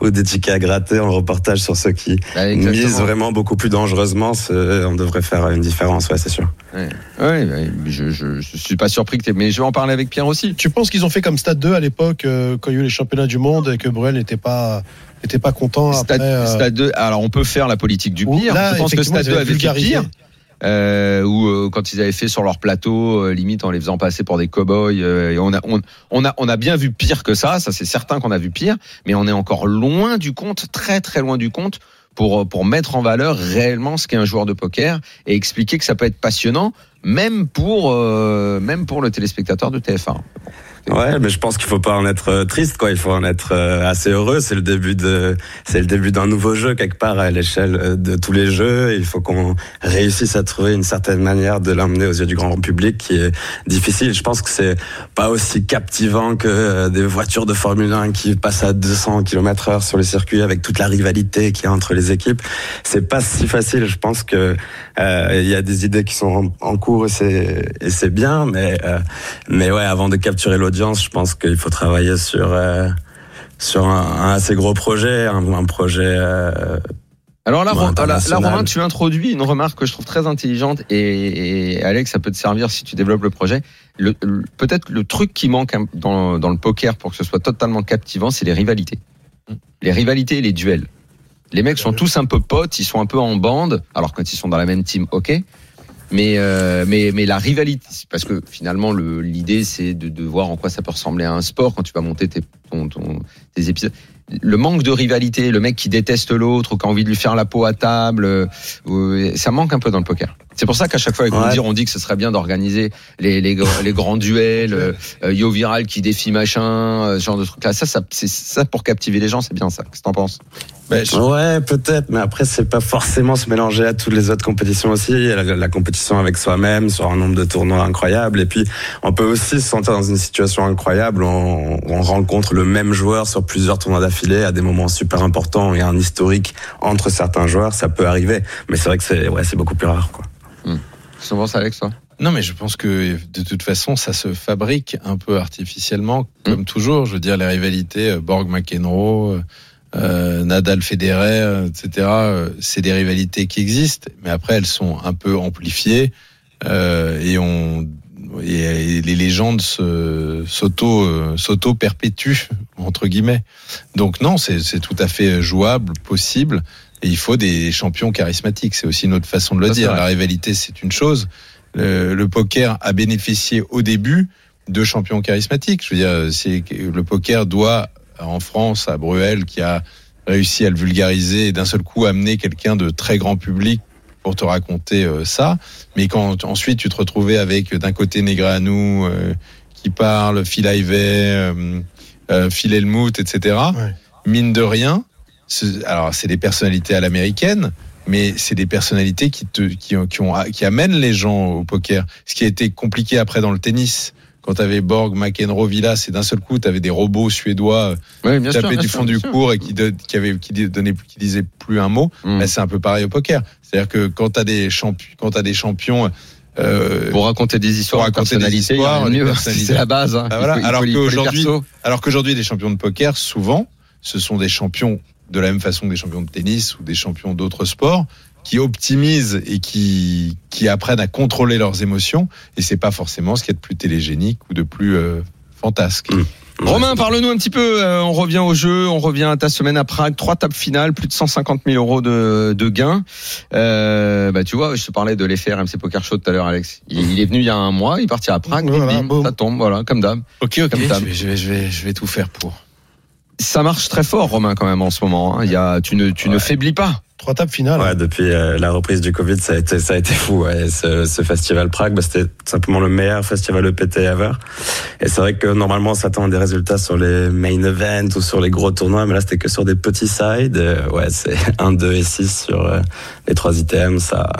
Speaker 4: ou, ou des tickets à gratter, on le reportage sur ceux qui
Speaker 1: Bah, exactement.
Speaker 4: misent vraiment beaucoup plus dangereusement, c'est- on devrait faire une différence. Ouais, c'est sûr.
Speaker 1: Ouais, ouais, je, je, je suis pas surpris que t'aies. Mais je vais en parler avec Pierre aussi.
Speaker 2: Tu penses qu'ils ont fait comme Stade 2 à l'époque, euh, quand il y a eu les championnats du monde et que Bruel n'était pas, n'était pas content
Speaker 1: Stade,
Speaker 2: après. euh,
Speaker 1: Stade 2, alors on peut faire la politique du
Speaker 2: où-
Speaker 1: pire.
Speaker 2: là,
Speaker 1: je pense que
Speaker 2: effectivement,
Speaker 1: Stade
Speaker 2: ils
Speaker 1: 2
Speaker 2: avaient
Speaker 1: avait fait
Speaker 2: vulgarisé.
Speaker 1: pire. euh, ou euh, quand ils avaient fait sur leur plateau, euh, limite en les faisant passer pour des cow-boys. euh, et on, a, on, on, a, on a bien vu pire que ça, ça c'est certain qu'on a vu pire, mais on est encore loin du compte, très très loin du compte pour, euh, pour mettre en valeur réellement ce qu'est un joueur de poker et expliquer que ça peut être passionnant, même pour, euh, même pour le téléspectateur de TF1.
Speaker 4: Ouais, mais je pense qu'il faut pas en être euh, triste, quoi. Il faut en être euh, assez heureux. C'est le début de, c'est le début d'un nouveau jeu quelque part à l'échelle euh, de tous les jeux. Il faut qu'on réussisse à trouver une certaine manière de l'emmener aux yeux du grand public, qui est difficile. Je pense que c'est pas aussi captivant que euh, des voitures de Formule 1 qui passent à 200 km heure sur les circuits avec toute la rivalité qu'il y a entre les équipes. C'est pas si facile. Je pense que euh, il y a des idées qui sont en, en cours et c'est, et c'est bien, mais euh, mais ouais, avant de capturer l'audience, je pense qu'il faut travailler sur euh, sur un, un assez gros projet, un, un projet. euh,
Speaker 1: Alors là,
Speaker 4: Ou
Speaker 1: Ro- là- là,
Speaker 4: international.
Speaker 1: Romain, tu introduis une remarque que je trouve très intelligente et, et Alex, ça peut te servir si tu développes le projet. Le- le- Peut-être le truc qui manque un- dans, dans le poker pour que ce soit totalement captivant, c'est les rivalités. Les rivalités et les duels. Les mecs sont tous un peu potes, ils sont un peu en bande. Alors quand ils sont dans la même team, ok. Mais, euh, mais, mais la rivalité, c'est parce que finalement, le- l'idée, c'est de, de voir en quoi ça peut ressembler à un sport quand tu vas monter tes, ton- ton- tes épisodes. Le manque de rivalité, le mec qui déteste l'autre ou qui a envie de lui faire la peau à table, euh, euh, ça manque un peu dans le poker. C'est pour ça qu'à chaque fois, avec
Speaker 4: Ouais.
Speaker 1: dire, on dit que ce serait bien d'organiser les, les, gr- les grands
Speaker 3: [LAUGHS]
Speaker 1: duels, euh, euh, Yo Viral qui défie machin, euh, ce genre de trucs là. Ça, ça, c'est ça pour captiver les gens, c'est bien ça. Qu'est-ce que t'en penses Bah,
Speaker 4: Ouais, peut-être, mais après, c'est pas forcément se mélanger à toutes les autres compétitions aussi. Il y a La, la compétition avec soi-même, sur un nombre de tournois incroyable. Et puis, on peut aussi se sentir dans une situation incroyable. On, on rencontre le même joueur sur plusieurs tournois d'affilée à des moments super importants et un historique entre certains joueurs. Ça peut arriver, mais c'est vrai que c'est ouais, c'est beaucoup plus rare. Quoi.
Speaker 1: Qu'est-ce que t'en penses, Alex toi
Speaker 3: Non, mais je pense que de toute façon, ça se fabrique un peu artificiellement, comme toujours. Je veux dire, les rivalités euh, Borg McEnroe, euh, Nadal Federer, euh, etc. euh, C'est des rivalités qui existent, mais après elles sont un peu amplifiées euh, et on et, et les légendes se- s'auto euh, s'auto perpétuent entre guillemets. Donc non, c'est c'est tout à fait jouable, possible. Et il faut des champions charismatiques. C'est aussi une autre façon de le
Speaker 1: Ça, c'est
Speaker 3: dire.
Speaker 1: vrai.
Speaker 3: La rivalité, c'est une chose le, le poker a bénéficié au début de champions charismatiques. Je veux dire, c'est que le poker doit en France à Bruel qui a réussi à le vulgariser et d'un seul coup amener quelqu'un de très grand public pour te raconter euh, ça. Mais quand ensuite tu te retrouvais avec euh, d'un côté Negreanu euh, qui parle, Phil Ivey, euh, euh, Phil Hellmuth, etc.
Speaker 2: Ouais.
Speaker 3: Mine de rien, ce- alors c'est des personnalités à l'américaine, mais c'est des personnalités qui, te, qui, ont- qui, ont, ah, qui amènent les gens au poker. Ce qui a été compliqué après dans le tennis, quand tu avais Borg, McEnroe, Villas, et d'un seul coup, tu avais des robots suédois
Speaker 1: Oui, bien
Speaker 3: qui tapaient du fond du cours et qui, don- qui, avaient, qui, donnaient, qui disaient plus un mot. Bah, c'est un peu pareil au poker. C'est-à-dire que quand tu as, des champi- quand t'as des champions... euh,
Speaker 1: Pour raconter des histoires,
Speaker 3: raconter des
Speaker 1: personnalités, il y a
Speaker 3: histoires,
Speaker 1: rien de
Speaker 3: des
Speaker 1: mieux. [LAUGHS]
Speaker 3: personnalités.
Speaker 1: c'est la base. hein.
Speaker 3: Bah voilà,
Speaker 1: Il faut- il
Speaker 3: alors
Speaker 1: faut- il faut les
Speaker 3: qu'aujourd'hui-
Speaker 1: persos.
Speaker 3: Alors qu'aujourd'hui, les champions de poker, souvent, ce sont des champions de la même façon que des champions de tennis ou des champions d'autres sports qui optimisent et qui, qui apprennent à contrôler leurs émotions. Et c'est pas forcément ce qui est de plus télégénique ou de plus euh, fantasque.
Speaker 2: Mmh.
Speaker 1: Romain, parle-nous un petit peu. euh, on revient au jeu, on revient à ta semaine à Prague. Trois tables finales, plus de 150 000 euros de, de gains. Euh, bah, tu vois, je te parlais de l'effet RMC Poker Show tout à l'heure, Alex. Il, il est venu il y a un mois, il est parti à Prague.
Speaker 2: Voilà,
Speaker 1: bim, bim,
Speaker 2: boum.
Speaker 1: ça tombe, voilà, comme d'hab.
Speaker 3: Ok, ok.
Speaker 1: Comme ça.
Speaker 3: Je vais, je, vais, je, vais, je vais tout faire pour.
Speaker 1: Ça marche très fort, Romain, quand même, en ce moment. hein. Il y a, tu ne, tu ne faiblis pas.
Speaker 2: Trois tables finales.
Speaker 4: Ouais, depuis euh, la reprise du Covid, ça a été, ça a été fou. ouais. Et Ce, ce festival Prague, bah, c'était tout simplement le meilleur festival EPT ever. Et c'est vrai que normalement, on s'attend à des résultats sur les main events ou sur les gros tournois, mais là, c'était que sur des petits sides. Euh, ouais, c'est [LAUGHS] 1, 2 et 6 sur euh, les 3 items. Ça, [LAUGHS]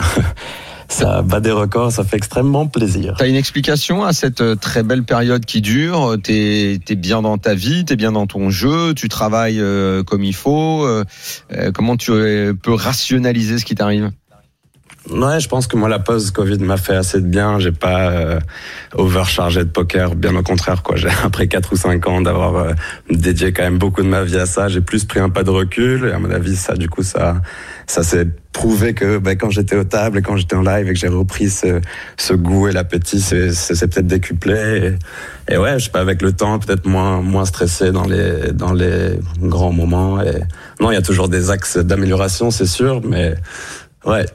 Speaker 4: ça bat des records, ça fait extrêmement plaisir.
Speaker 1: T'as une explication à cette euh, très belle période qui dure. T'es, t'es bien dans ta vie, t'es bien dans ton jeu, tu travailles euh, comme il faut. euh, euh, comment tu euh, peux rationaliser ce qui t'arrive
Speaker 4: Ouais, je pense que moi la pause Covid m'a fait assez de bien. J'ai pas euh, overchargé de poker, bien au contraire quoi. J'ai [LAUGHS] après quatre ou cinq ans d'avoir euh, dédié quand même beaucoup de ma vie à ça, j'ai plus pris un pas de recul. Et à mon avis, ça du coup ça ça s'est prouvé que ben, quand j'étais aux tables et quand j'étais en live et que j'ai repris ce, ce goût et l'appétit, c'est c'est- c'est peut-être décuplé. Et, et ouais, je sais pas avec le temps, peut-être moins moins stressé dans les dans les grands moments. Et non, il y a toujours des axes d'amélioration, c'est sûr, mais ouais.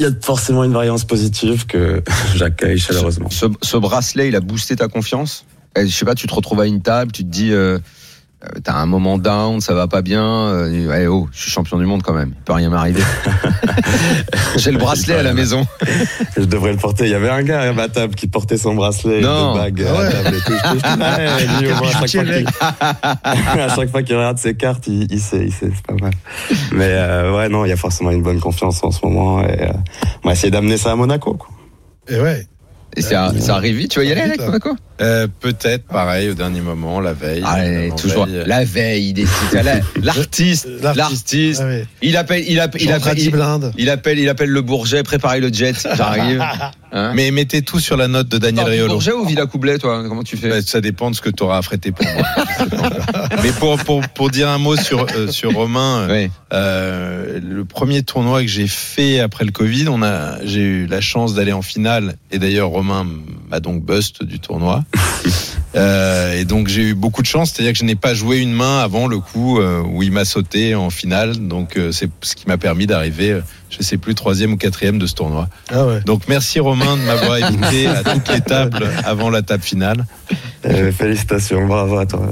Speaker 4: Il y a forcément une variance positive que [LAUGHS] j'accueille chaleureusement.
Speaker 1: Ce, ce bracelet, il a boosté ta confiance Eh, Je sais pas, tu te retrouves à une table, tu te dis, euh, euh, t'as un moment down, ça va pas bien. euh, ouais, oh, je suis champion du monde quand même. Il peut rien m'arriver. J'ai le bracelet à la maison.
Speaker 4: Je devrais le porter. Il y avait un gars à ma table qui portait son bracelet, et
Speaker 1: Non. Ah
Speaker 4: des bagues à la table et tout. Je te-
Speaker 1: [LAUGHS]
Speaker 4: je te- Ouais, lui, au moins, à chaque fois qu'il- à chaque fois qu'il [LAUGHS] regarde ses cartes, il, il sait, il sait, c'est pas mal. Mais euh, ouais, non, il y a forcément une bonne confiance en ce moment. Et, euh, on va essayer d'amener ça à Monaco. quoi.
Speaker 2: Et ouais.
Speaker 1: Et c'est à- c'est arrivé. Tu vas y aller, Alex Monaco
Speaker 3: Euh, Peut-être pareil au dernier moment, la veille.
Speaker 1: Ah, ouais,
Speaker 3: la
Speaker 1: toujours
Speaker 3: veille.
Speaker 1: la veille des titres. La- L'artiste, l'artiste.
Speaker 2: Ah ouais.
Speaker 1: Il appelle, il appelle, il
Speaker 2: Il a
Speaker 1: appelle,
Speaker 2: dix
Speaker 1: il,
Speaker 2: blindes.
Speaker 1: il appelle, il appelle le Bourget. Préparez le jet. J'arrive. Hein
Speaker 3: Mais mettez tout sur la note de
Speaker 1: Attends,
Speaker 3: Daniel Riolo.
Speaker 1: Bourget ou Villa Coublet, toi Comment tu fais
Speaker 3: Bah, ça dépend de ce que tu auras affrété pour moi. Je sais pas. Mais pour, pour, pour dire un mot sur, euh, sur Romain, euh,
Speaker 1: Ouais.
Speaker 3: euh, le premier tournoi que j'ai fait après le Covid, on a, j'ai eu la chance d'aller en finale. Et d'ailleurs, Romain m'a donc bust du tournoi. Euh, et donc j'ai eu beaucoup de chance, c'est-à-dire que je n'ai pas joué une main avant le coup euh, où il m'a sauté en finale. Donc euh, c'est ce qui m'a permis d'arriver, euh, je sais plus, troisième ou quatrième de ce tournoi.
Speaker 2: Ah ouais.
Speaker 3: Donc merci Romain de m'avoir invité à toutes les tables avant la table finale.
Speaker 4: Euh, [LAUGHS] félicitations, bravo
Speaker 1: [LAUGHS]
Speaker 4: à toi.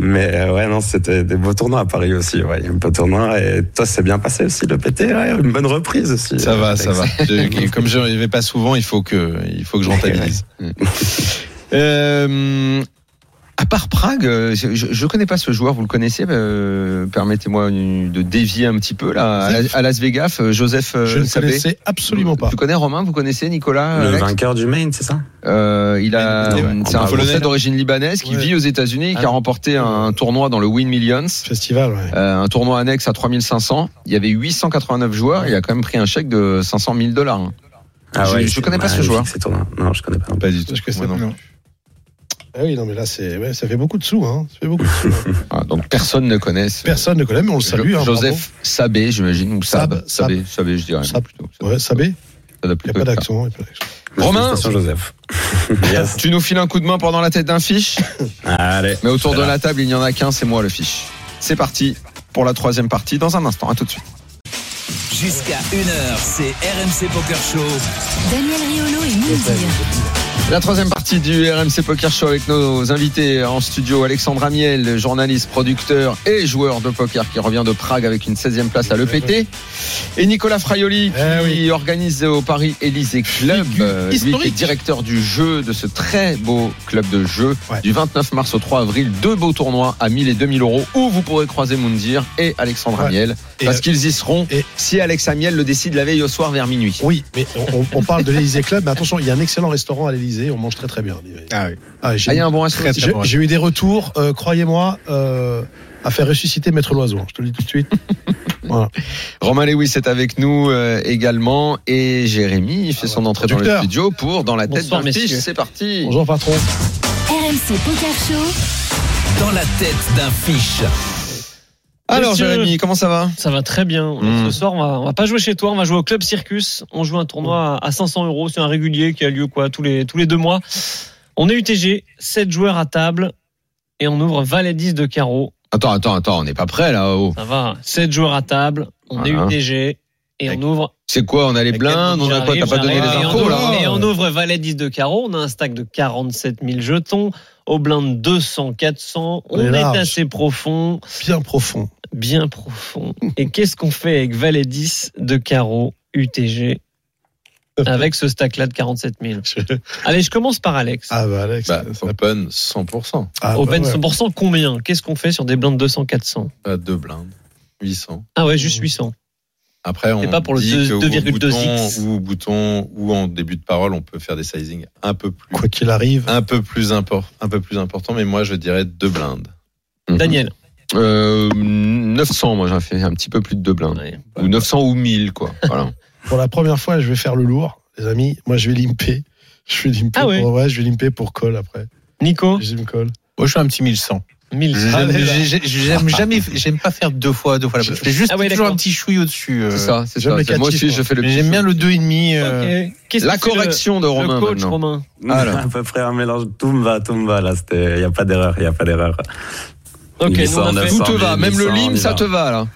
Speaker 4: Mais euh, ouais, non, c'était des beaux tournois à Paris aussi. Ouais, il y a eu un beau tournoi. Et toi, c'est bien passé aussi le PT. ouais, une bonne reprise aussi.
Speaker 3: Ça
Speaker 4: euh,
Speaker 3: va,
Speaker 4: Alex.
Speaker 3: ça va. Je- comme je n'y vais pas souvent, il faut que, il faut que je rentabilise.
Speaker 1: Euh, à part Prague, euh, je ne connais pas ce joueur, vous le connaissez euh, Permettez-moi une- de dévier un petit peu là. À, la- à Las Vegas, euh, Joseph euh,
Speaker 2: Je ne
Speaker 1: Sabé.
Speaker 2: connaissais absolument pas.
Speaker 1: Tu connais Romain Vous connaissez Nicolas
Speaker 4: Le
Speaker 1: Alex
Speaker 4: vainqueur du Main, c'est ça
Speaker 1: Euh, Il a,
Speaker 3: Ouais, ouais.
Speaker 1: c'est un
Speaker 3: En Polonais,
Speaker 1: Français
Speaker 3: là.
Speaker 1: d'origine libanaise qui
Speaker 2: Ouais.
Speaker 1: vit aux États-Unis, et qui a
Speaker 2: Ah.
Speaker 1: remporté un tournoi dans le Win Millions.
Speaker 2: Festival,
Speaker 3: Ah,
Speaker 2: ouais.
Speaker 1: euh, un tournoi annexe à 3500, il y avait 889 joueurs, il a quand même pris un chèque de 500 000 dollars. Je- je
Speaker 4: Ah c'est
Speaker 1: connais pas ce
Speaker 4: magnifique,
Speaker 1: joueur.
Speaker 4: ces tournois. Non, je connais pas.
Speaker 3: Pas du tout.
Speaker 2: Je connaissais
Speaker 3: Moi non.
Speaker 2: Ah oui, non, mais là, c'est, ouais, ça fait beaucoup de sous, hein. Ça fait beaucoup de sous.
Speaker 1: Ah, donc personne ne connaît ce-
Speaker 2: Personne ne connaît, mais on le salue, hein,
Speaker 1: Joseph Sabé, j'imagine, ou Sab.
Speaker 2: Sab,
Speaker 1: Sabé, Sabé, je dirais.
Speaker 2: Sab.
Speaker 1: plutôt.
Speaker 2: bravo. Ouais, Sabé,
Speaker 1: Ça doit
Speaker 2: il n'y
Speaker 1: plutôt
Speaker 2: a pas
Speaker 1: être ça.
Speaker 2: d'accent. y a pas d'accent.
Speaker 1: Romain
Speaker 4: Félicitations, Joseph. yes.
Speaker 1: tu nous files un coup de main pendant la tête d'un fiche,
Speaker 4: Allez.
Speaker 1: mais autour de la table, il n'y en a qu'un, c'est moi le fiche. C'est parti pour la troisième partie dans un instant, à tout de suite.
Speaker 6: Jusqu'à 1h, c'est RMC Poker Show.
Speaker 7: Daniel Riolo et Mindy.
Speaker 1: La troisième partie du RMC Poker Show avec nos invités en studio, Alexandre Amiel, journaliste, producteur et joueur de poker qui revient de Prague avec une 16e place à l'EPT, et Nicolas Fraioli qui
Speaker 2: Eh oui.
Speaker 1: organise au Paris Élysée Club, euh, lui qui est directeur du jeu de ce très beau club de jeu
Speaker 2: Ouais.
Speaker 1: du 29 mars au 3 avril, deux beaux tournois à 1000 et 2000 euros où vous pourrez croiser Moundir et Alexandre
Speaker 2: Ouais.
Speaker 1: Amiel
Speaker 2: Et,
Speaker 1: parce
Speaker 2: euh,
Speaker 1: qu'ils y seront
Speaker 2: et-
Speaker 1: si Alex Amiel le décide la veille au soir vers minuit.
Speaker 2: Oui, mais on, on- on parle de l'Elysée Club, mais attention, il y a un excellent restaurant à l'Elysée, on mange très très bien.
Speaker 5: Ah oui.
Speaker 2: Ah,
Speaker 1: Ah, il y
Speaker 2: j'ai,
Speaker 1: a un bon restaurant.
Speaker 2: j'ai- j'ai eu des retours, euh, croyez-moi, euh, à faire ressusciter Maître Loiseau, je te le dis tout
Speaker 3: [LAUGHS]
Speaker 2: de suite.
Speaker 1: Romain Lewis est avec nous euh, également et Jérémy
Speaker 3: Ah
Speaker 1: il fait son entrée dans le
Speaker 2: Producteur.
Speaker 1: studio pour dans la tête
Speaker 2: Bonsoir,
Speaker 1: d'un fiche.
Speaker 2: messieurs.
Speaker 1: C'est parti.
Speaker 2: Bonjour patron.
Speaker 7: RMC Poker Show,
Speaker 6: Dans la tête d'un fiche.
Speaker 1: Alors
Speaker 8: Messieurs.
Speaker 1: Jérémy, comment ça va
Speaker 8: Ça va très bien.
Speaker 1: Mm.
Speaker 8: Ce soir, on va, on va pas jouer chez toi, on va jouer au Club Circus. On joue un tournoi
Speaker 1: Mm.
Speaker 8: à à 500 euros. C'est un régulier qui a lieu quoi tous les, tous les deux mois. On est UTG, 7 joueurs à table. Et on ouvre valet 10 de carreau.
Speaker 1: Attends, attends, attends, on n'est pas prêt là. oh. haut
Speaker 8: Ça va, 7 joueurs à table. On
Speaker 1: Voilà.
Speaker 8: est UTG. Et on ouvre.
Speaker 1: C'est quoi On a les blindes, on n'a pas,
Speaker 8: J'arrive,
Speaker 1: t'as pas donné les
Speaker 8: j'arrive, et on
Speaker 1: infos
Speaker 8: ouvre-
Speaker 1: là.
Speaker 8: Et on ouvre valet 10 de carreau. On a un stack de 47 000 jetons. Au blind 200, 400.
Speaker 2: On est
Speaker 8: On est
Speaker 2: large.
Speaker 8: assez profond.
Speaker 2: Bien profond.
Speaker 8: bien profond. Et qu'est-ce qu'on fait avec Valet 10 de carreau UTG
Speaker 1: Euh,
Speaker 8: avec ce stack-là de 47 000 Allez, je commence par Alex.
Speaker 2: Ah bah Alex.
Speaker 3: Bah,
Speaker 2: ça-
Speaker 3: open 100%.
Speaker 2: ah, bah,
Speaker 8: Open
Speaker 2: ouais.
Speaker 8: 100%, combien Qu'est-ce qu'on fait sur des blindes 200-400
Speaker 3: Pas deux blindes. 800.
Speaker 8: Ah ouais, juste 800.
Speaker 3: Après, on
Speaker 8: pas pour le
Speaker 3: dit
Speaker 8: deux-
Speaker 3: que au
Speaker 8: 2,2x.
Speaker 3: bouton, ou au bouton ou en début de parole, on peut faire des sizing un peu plus,
Speaker 2: Quoi qu'il arrive,
Speaker 3: un peu plus import, un peu plus important. Mais moi, je dirais deux blindes.
Speaker 1: Mhm.
Speaker 8: Daniel.
Speaker 1: Euh, 900, moi j'ai fait un petit peu plus de deux blindes.
Speaker 8: Ouais.
Speaker 1: Ou 900 ou 1000 quoi. Voilà.
Speaker 2: pour la première fois, je vais faire le lourd, les amis. Moi, je vais limper. Je vais limper
Speaker 8: Ah ouais.
Speaker 2: pour, ouais, je vais limper pour call après.
Speaker 8: Nico,
Speaker 2: Je me call.
Speaker 5: Moi, je suis un petit 1100.
Speaker 8: 1000.
Speaker 5: J'aime
Speaker 2: Allez, là.
Speaker 5: j'ai- j'ai-
Speaker 2: [LAUGHS]
Speaker 5: j'aime jamais, j'aime pas faire deux fois, deux fois la même. Je fais juste
Speaker 8: Ah ouais,
Speaker 5: toujours
Speaker 8: d'accord.
Speaker 5: un petit chouille au-dessus. euh,
Speaker 1: c'est ça, c'est
Speaker 2: j'aime
Speaker 1: ça.
Speaker 2: les
Speaker 1: C'est- Moi
Speaker 2: quatre
Speaker 1: aussi
Speaker 2: chiffres,
Speaker 1: je fais le
Speaker 5: Mais
Speaker 1: petit
Speaker 5: j'aime bien
Speaker 1: jeu.
Speaker 5: le 2,5. euh,
Speaker 8: Ok. Qu'est-ce
Speaker 1: La
Speaker 8: que fait le-
Speaker 1: correction de
Speaker 8: le
Speaker 1: Romain
Speaker 8: coach
Speaker 1: maintenant.
Speaker 8: Romain.
Speaker 1: Alors.
Speaker 4: [LAUGHS] à peu près un mélange Toumba, Toumba, là, il n'y a pas d'erreur, il n'y a pas d'erreur.
Speaker 8: Ok,
Speaker 4: Il
Speaker 8: nous, on a
Speaker 4: sort
Speaker 8: fait-
Speaker 4: neuf.
Speaker 1: Tout te
Speaker 4: 100 000,
Speaker 1: va, même le
Speaker 4: 100 000,
Speaker 1: lime ça te va là.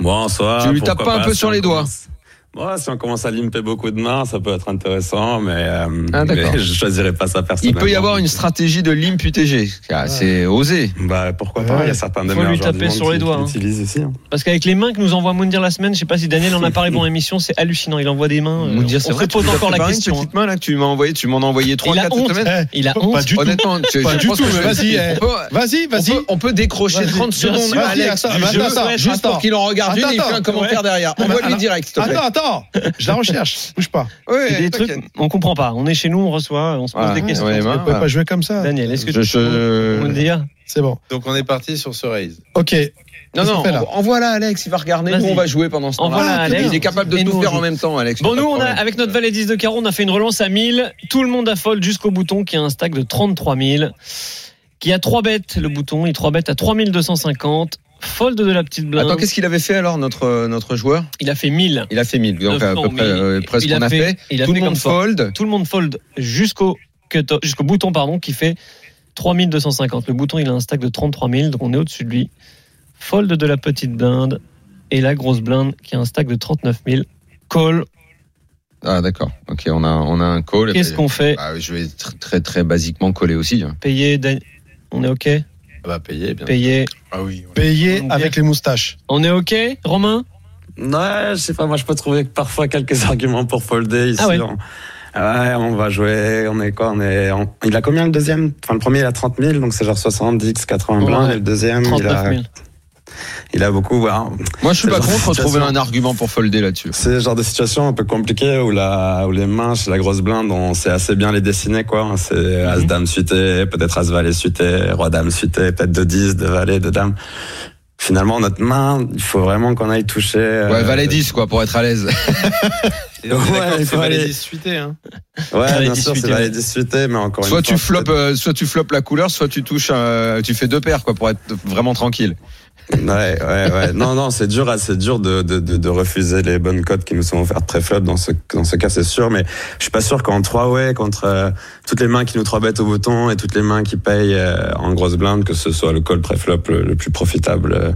Speaker 4: Bon, en soi,
Speaker 1: Tu lui
Speaker 4: pourquoi
Speaker 1: tapes pas un peu
Speaker 4: si
Speaker 1: sur
Speaker 4: on
Speaker 1: les doigts.
Speaker 4: commence- Moi, si on commence à limper beaucoup de mains, ça peut être intéressant, mais, euh,
Speaker 1: Ah, d'accord.
Speaker 4: mais [LAUGHS] je choisirais pas ça
Speaker 1: Il
Speaker 4: personnellement.
Speaker 1: peut y avoir une stratégie de limp UTG. Ah, C'est osé.
Speaker 4: Bah
Speaker 1: Ah
Speaker 4: pourquoi pas, il y a certains des
Speaker 8: Faut
Speaker 4: meilleurs
Speaker 8: lui
Speaker 4: joueurs du
Speaker 8: taper
Speaker 4: monde
Speaker 8: sur les
Speaker 4: qui-
Speaker 8: doigts,
Speaker 4: qui
Speaker 8: hein.
Speaker 4: l'utilisent ici. hein.
Speaker 8: Parce qu'avec les mains que nous envoie Moundir la semaine, je sais pas si Daniel en a parlé pendant l'émission, c'est hallucinant. Il envoie des mains. euh,
Speaker 1: Moundir, c'est
Speaker 8: on se
Speaker 1: vrai, tu
Speaker 8: pose
Speaker 1: nous as
Speaker 8: encore la
Speaker 1: préparé une
Speaker 8: question.
Speaker 1: petite main, là, que tu m'as envoyé, tu m'en as envoyé 3
Speaker 8: Il a
Speaker 1: 4
Speaker 8: honte. [LAUGHS]
Speaker 1: semaines.
Speaker 5: euh.
Speaker 8: hein. Il a
Speaker 2: Eh, oh, Pas
Speaker 8: honte.
Speaker 2: du tout.
Speaker 1: Honnêtement, je,
Speaker 2: Pas
Speaker 1: je
Speaker 2: du
Speaker 1: pense
Speaker 2: tout,
Speaker 1: que je
Speaker 2: mais vas-y,
Speaker 1: On
Speaker 2: eh.
Speaker 1: peut,
Speaker 2: Vas-y,
Speaker 1: on
Speaker 2: vas-y.
Speaker 1: peut- on peut décrocher
Speaker 2: Vas-y.
Speaker 1: 30
Speaker 2: Bien
Speaker 1: secondes
Speaker 2: sûr,
Speaker 1: à
Speaker 2: vas-y,
Speaker 1: Alex
Speaker 2: attends,
Speaker 1: du
Speaker 2: attends,
Speaker 1: jeu,
Speaker 2: attends, juste
Speaker 1: juste pour
Speaker 2: attends.
Speaker 1: qu'il en regarde une et il fait un
Speaker 2: Attends,
Speaker 1: commentaire derrière.
Speaker 2: Non, mais
Speaker 1: Envoie-lui
Speaker 2: attends,
Speaker 1: direct, s'il te plaît.
Speaker 2: Attends, attends. Je la recherche. Bouge pas.
Speaker 1: Ouais,
Speaker 8: des
Speaker 1: t'inquiète.
Speaker 8: trucs, on comprend pas. On est chez nous, on reçoit, on se pose
Speaker 1: Voilà.
Speaker 8: des questions.
Speaker 1: Ouais,
Speaker 2: On
Speaker 1: ben,
Speaker 2: peut
Speaker 5: Ah.
Speaker 2: pas jouer comme ça.
Speaker 8: Daniel, est-ce que
Speaker 1: je-
Speaker 8: tu
Speaker 1: je-
Speaker 8: Moundir
Speaker 2: C'est bon.
Speaker 3: Donc on est parti sur ce raise.
Speaker 2: Ok.
Speaker 1: Non,
Speaker 2: Qu'est-ce qu'on
Speaker 1: non,
Speaker 2: fait, là
Speaker 1: envoie- envoie-la, Alex, il va regarder. Nous,
Speaker 8: Vas-y.
Speaker 1: on va jouer pendant ce temps-là.
Speaker 8: Envoie-la à Alex.
Speaker 1: Il est capable de
Speaker 8: Et nous,
Speaker 1: tout
Speaker 8: on
Speaker 1: faire
Speaker 8: joue.
Speaker 1: en même temps, Alex.
Speaker 8: Bon,
Speaker 1: pas
Speaker 8: nous,
Speaker 1: de
Speaker 8: on a,
Speaker 1: problème.
Speaker 8: avec notre valet 10 de carreau, on a fait une relance à 1000. Tout le monde affole jusqu'au bouton qui a un stack de 33 000. Qui a 3 bêtes, le bouton. Il 3 bêtes à 3250. Fold de la petite blinde.
Speaker 1: Attends, qu'est-ce qu'il avait fait alors, notre, notre joueur
Speaker 8: Il a fait 1000.
Speaker 1: Il a fait 1000, donc à
Speaker 8: Neuf
Speaker 1: peu
Speaker 8: ans,
Speaker 1: près
Speaker 8: mais
Speaker 1: euh,
Speaker 8: il-
Speaker 1: presque
Speaker 8: il
Speaker 1: on a fait.
Speaker 8: il a
Speaker 1: Tout
Speaker 8: fait
Speaker 1: le monde
Speaker 8: comme ça.
Speaker 1: fold.
Speaker 8: Tout le monde fold jusqu'au cut- jusqu'au bouton pardon qui fait 3250. Le bouton il a un stack de 33 000 donc on est au-dessus de lui. Fold de la petite blinde et la grosse blinde qui a un stack de 39 000. Call.
Speaker 1: Ah, d'accord. Ok, on a, on a un call.
Speaker 8: Qu'est-ce qu'on fait
Speaker 1: Bah, Je vais tr- très, très basiquement coller aussi. hein.
Speaker 8: Payer. Dan- On est ok.
Speaker 3: Ça va payer bien.
Speaker 8: Ah bah, Payer.
Speaker 3: Ah oui.
Speaker 2: Payé
Speaker 8: Bien.
Speaker 2: avec les moustaches.
Speaker 8: On est ok. Romain.
Speaker 4: Ouais, je sais pas, moi je peux trouver parfois quelques [LAUGHS] arguments pour folder ici.
Speaker 8: Ah ouais.
Speaker 4: on... ouais, on va jouer, on est quoi on est en- Il a combien le deuxième Enfin, le premier il a 30 000, donc c'est genre 70, 80 blindes,
Speaker 8: Ouais.
Speaker 4: et le deuxième il
Speaker 8: 39
Speaker 4: a,
Speaker 8: 000.
Speaker 4: il a beaucoup. ouais.
Speaker 1: Moi, je suis
Speaker 4: C'est
Speaker 1: pas
Speaker 4: le genre de
Speaker 1: contre trouver
Speaker 4: situation.
Speaker 1: un argument pour folder là-dessus.
Speaker 4: C'est le genre de situation un peu compliquée où, la, où les mains chez la grosse blinde, on sait assez bien les dessiner, quoi. C'est
Speaker 8: Mhm.
Speaker 4: As, Dame suité, peut-être As, Valet suité, Roi, Dame suité, peut-être de 10, de Valet, de Dame. Finalement, notre main, il faut vraiment qu'on aille toucher. euh,
Speaker 1: Ouais, valet 10, quoi, pour être à l'aise.
Speaker 3: Et on est
Speaker 4: Ouais,
Speaker 3: d'accord,
Speaker 4: il
Speaker 3: c'est
Speaker 4: faut
Speaker 3: valet
Speaker 4: aller-
Speaker 3: 10 suité, hein.
Speaker 4: Ouais,
Speaker 8: Valet
Speaker 4: bien
Speaker 8: 10
Speaker 4: sûr, c'est
Speaker 8: suité.
Speaker 4: Valet 10 suité, mais encore
Speaker 1: Soit
Speaker 4: une
Speaker 1: tu
Speaker 4: fois.
Speaker 1: flops,
Speaker 4: peut-être-
Speaker 1: euh, soit tu flops la couleur, soit tu touches, euh, tu fais deux paires, quoi, pour être vraiment tranquille.
Speaker 4: Ouais, ouais, ouais. Non, non, c'est dur, c'est dur de, de, de, de refuser les bonnes cotes qui nous sont offertes très flop dans ce, dans ce cas, c'est sûr. Mais je suis pas sûr qu'en 3 way, contre euh, toutes les mains qui nous 3 bêtent au bouton et toutes les mains qui payent euh, en grosse blinde, que ce soit le call pré-flop le, le plus profitable euh,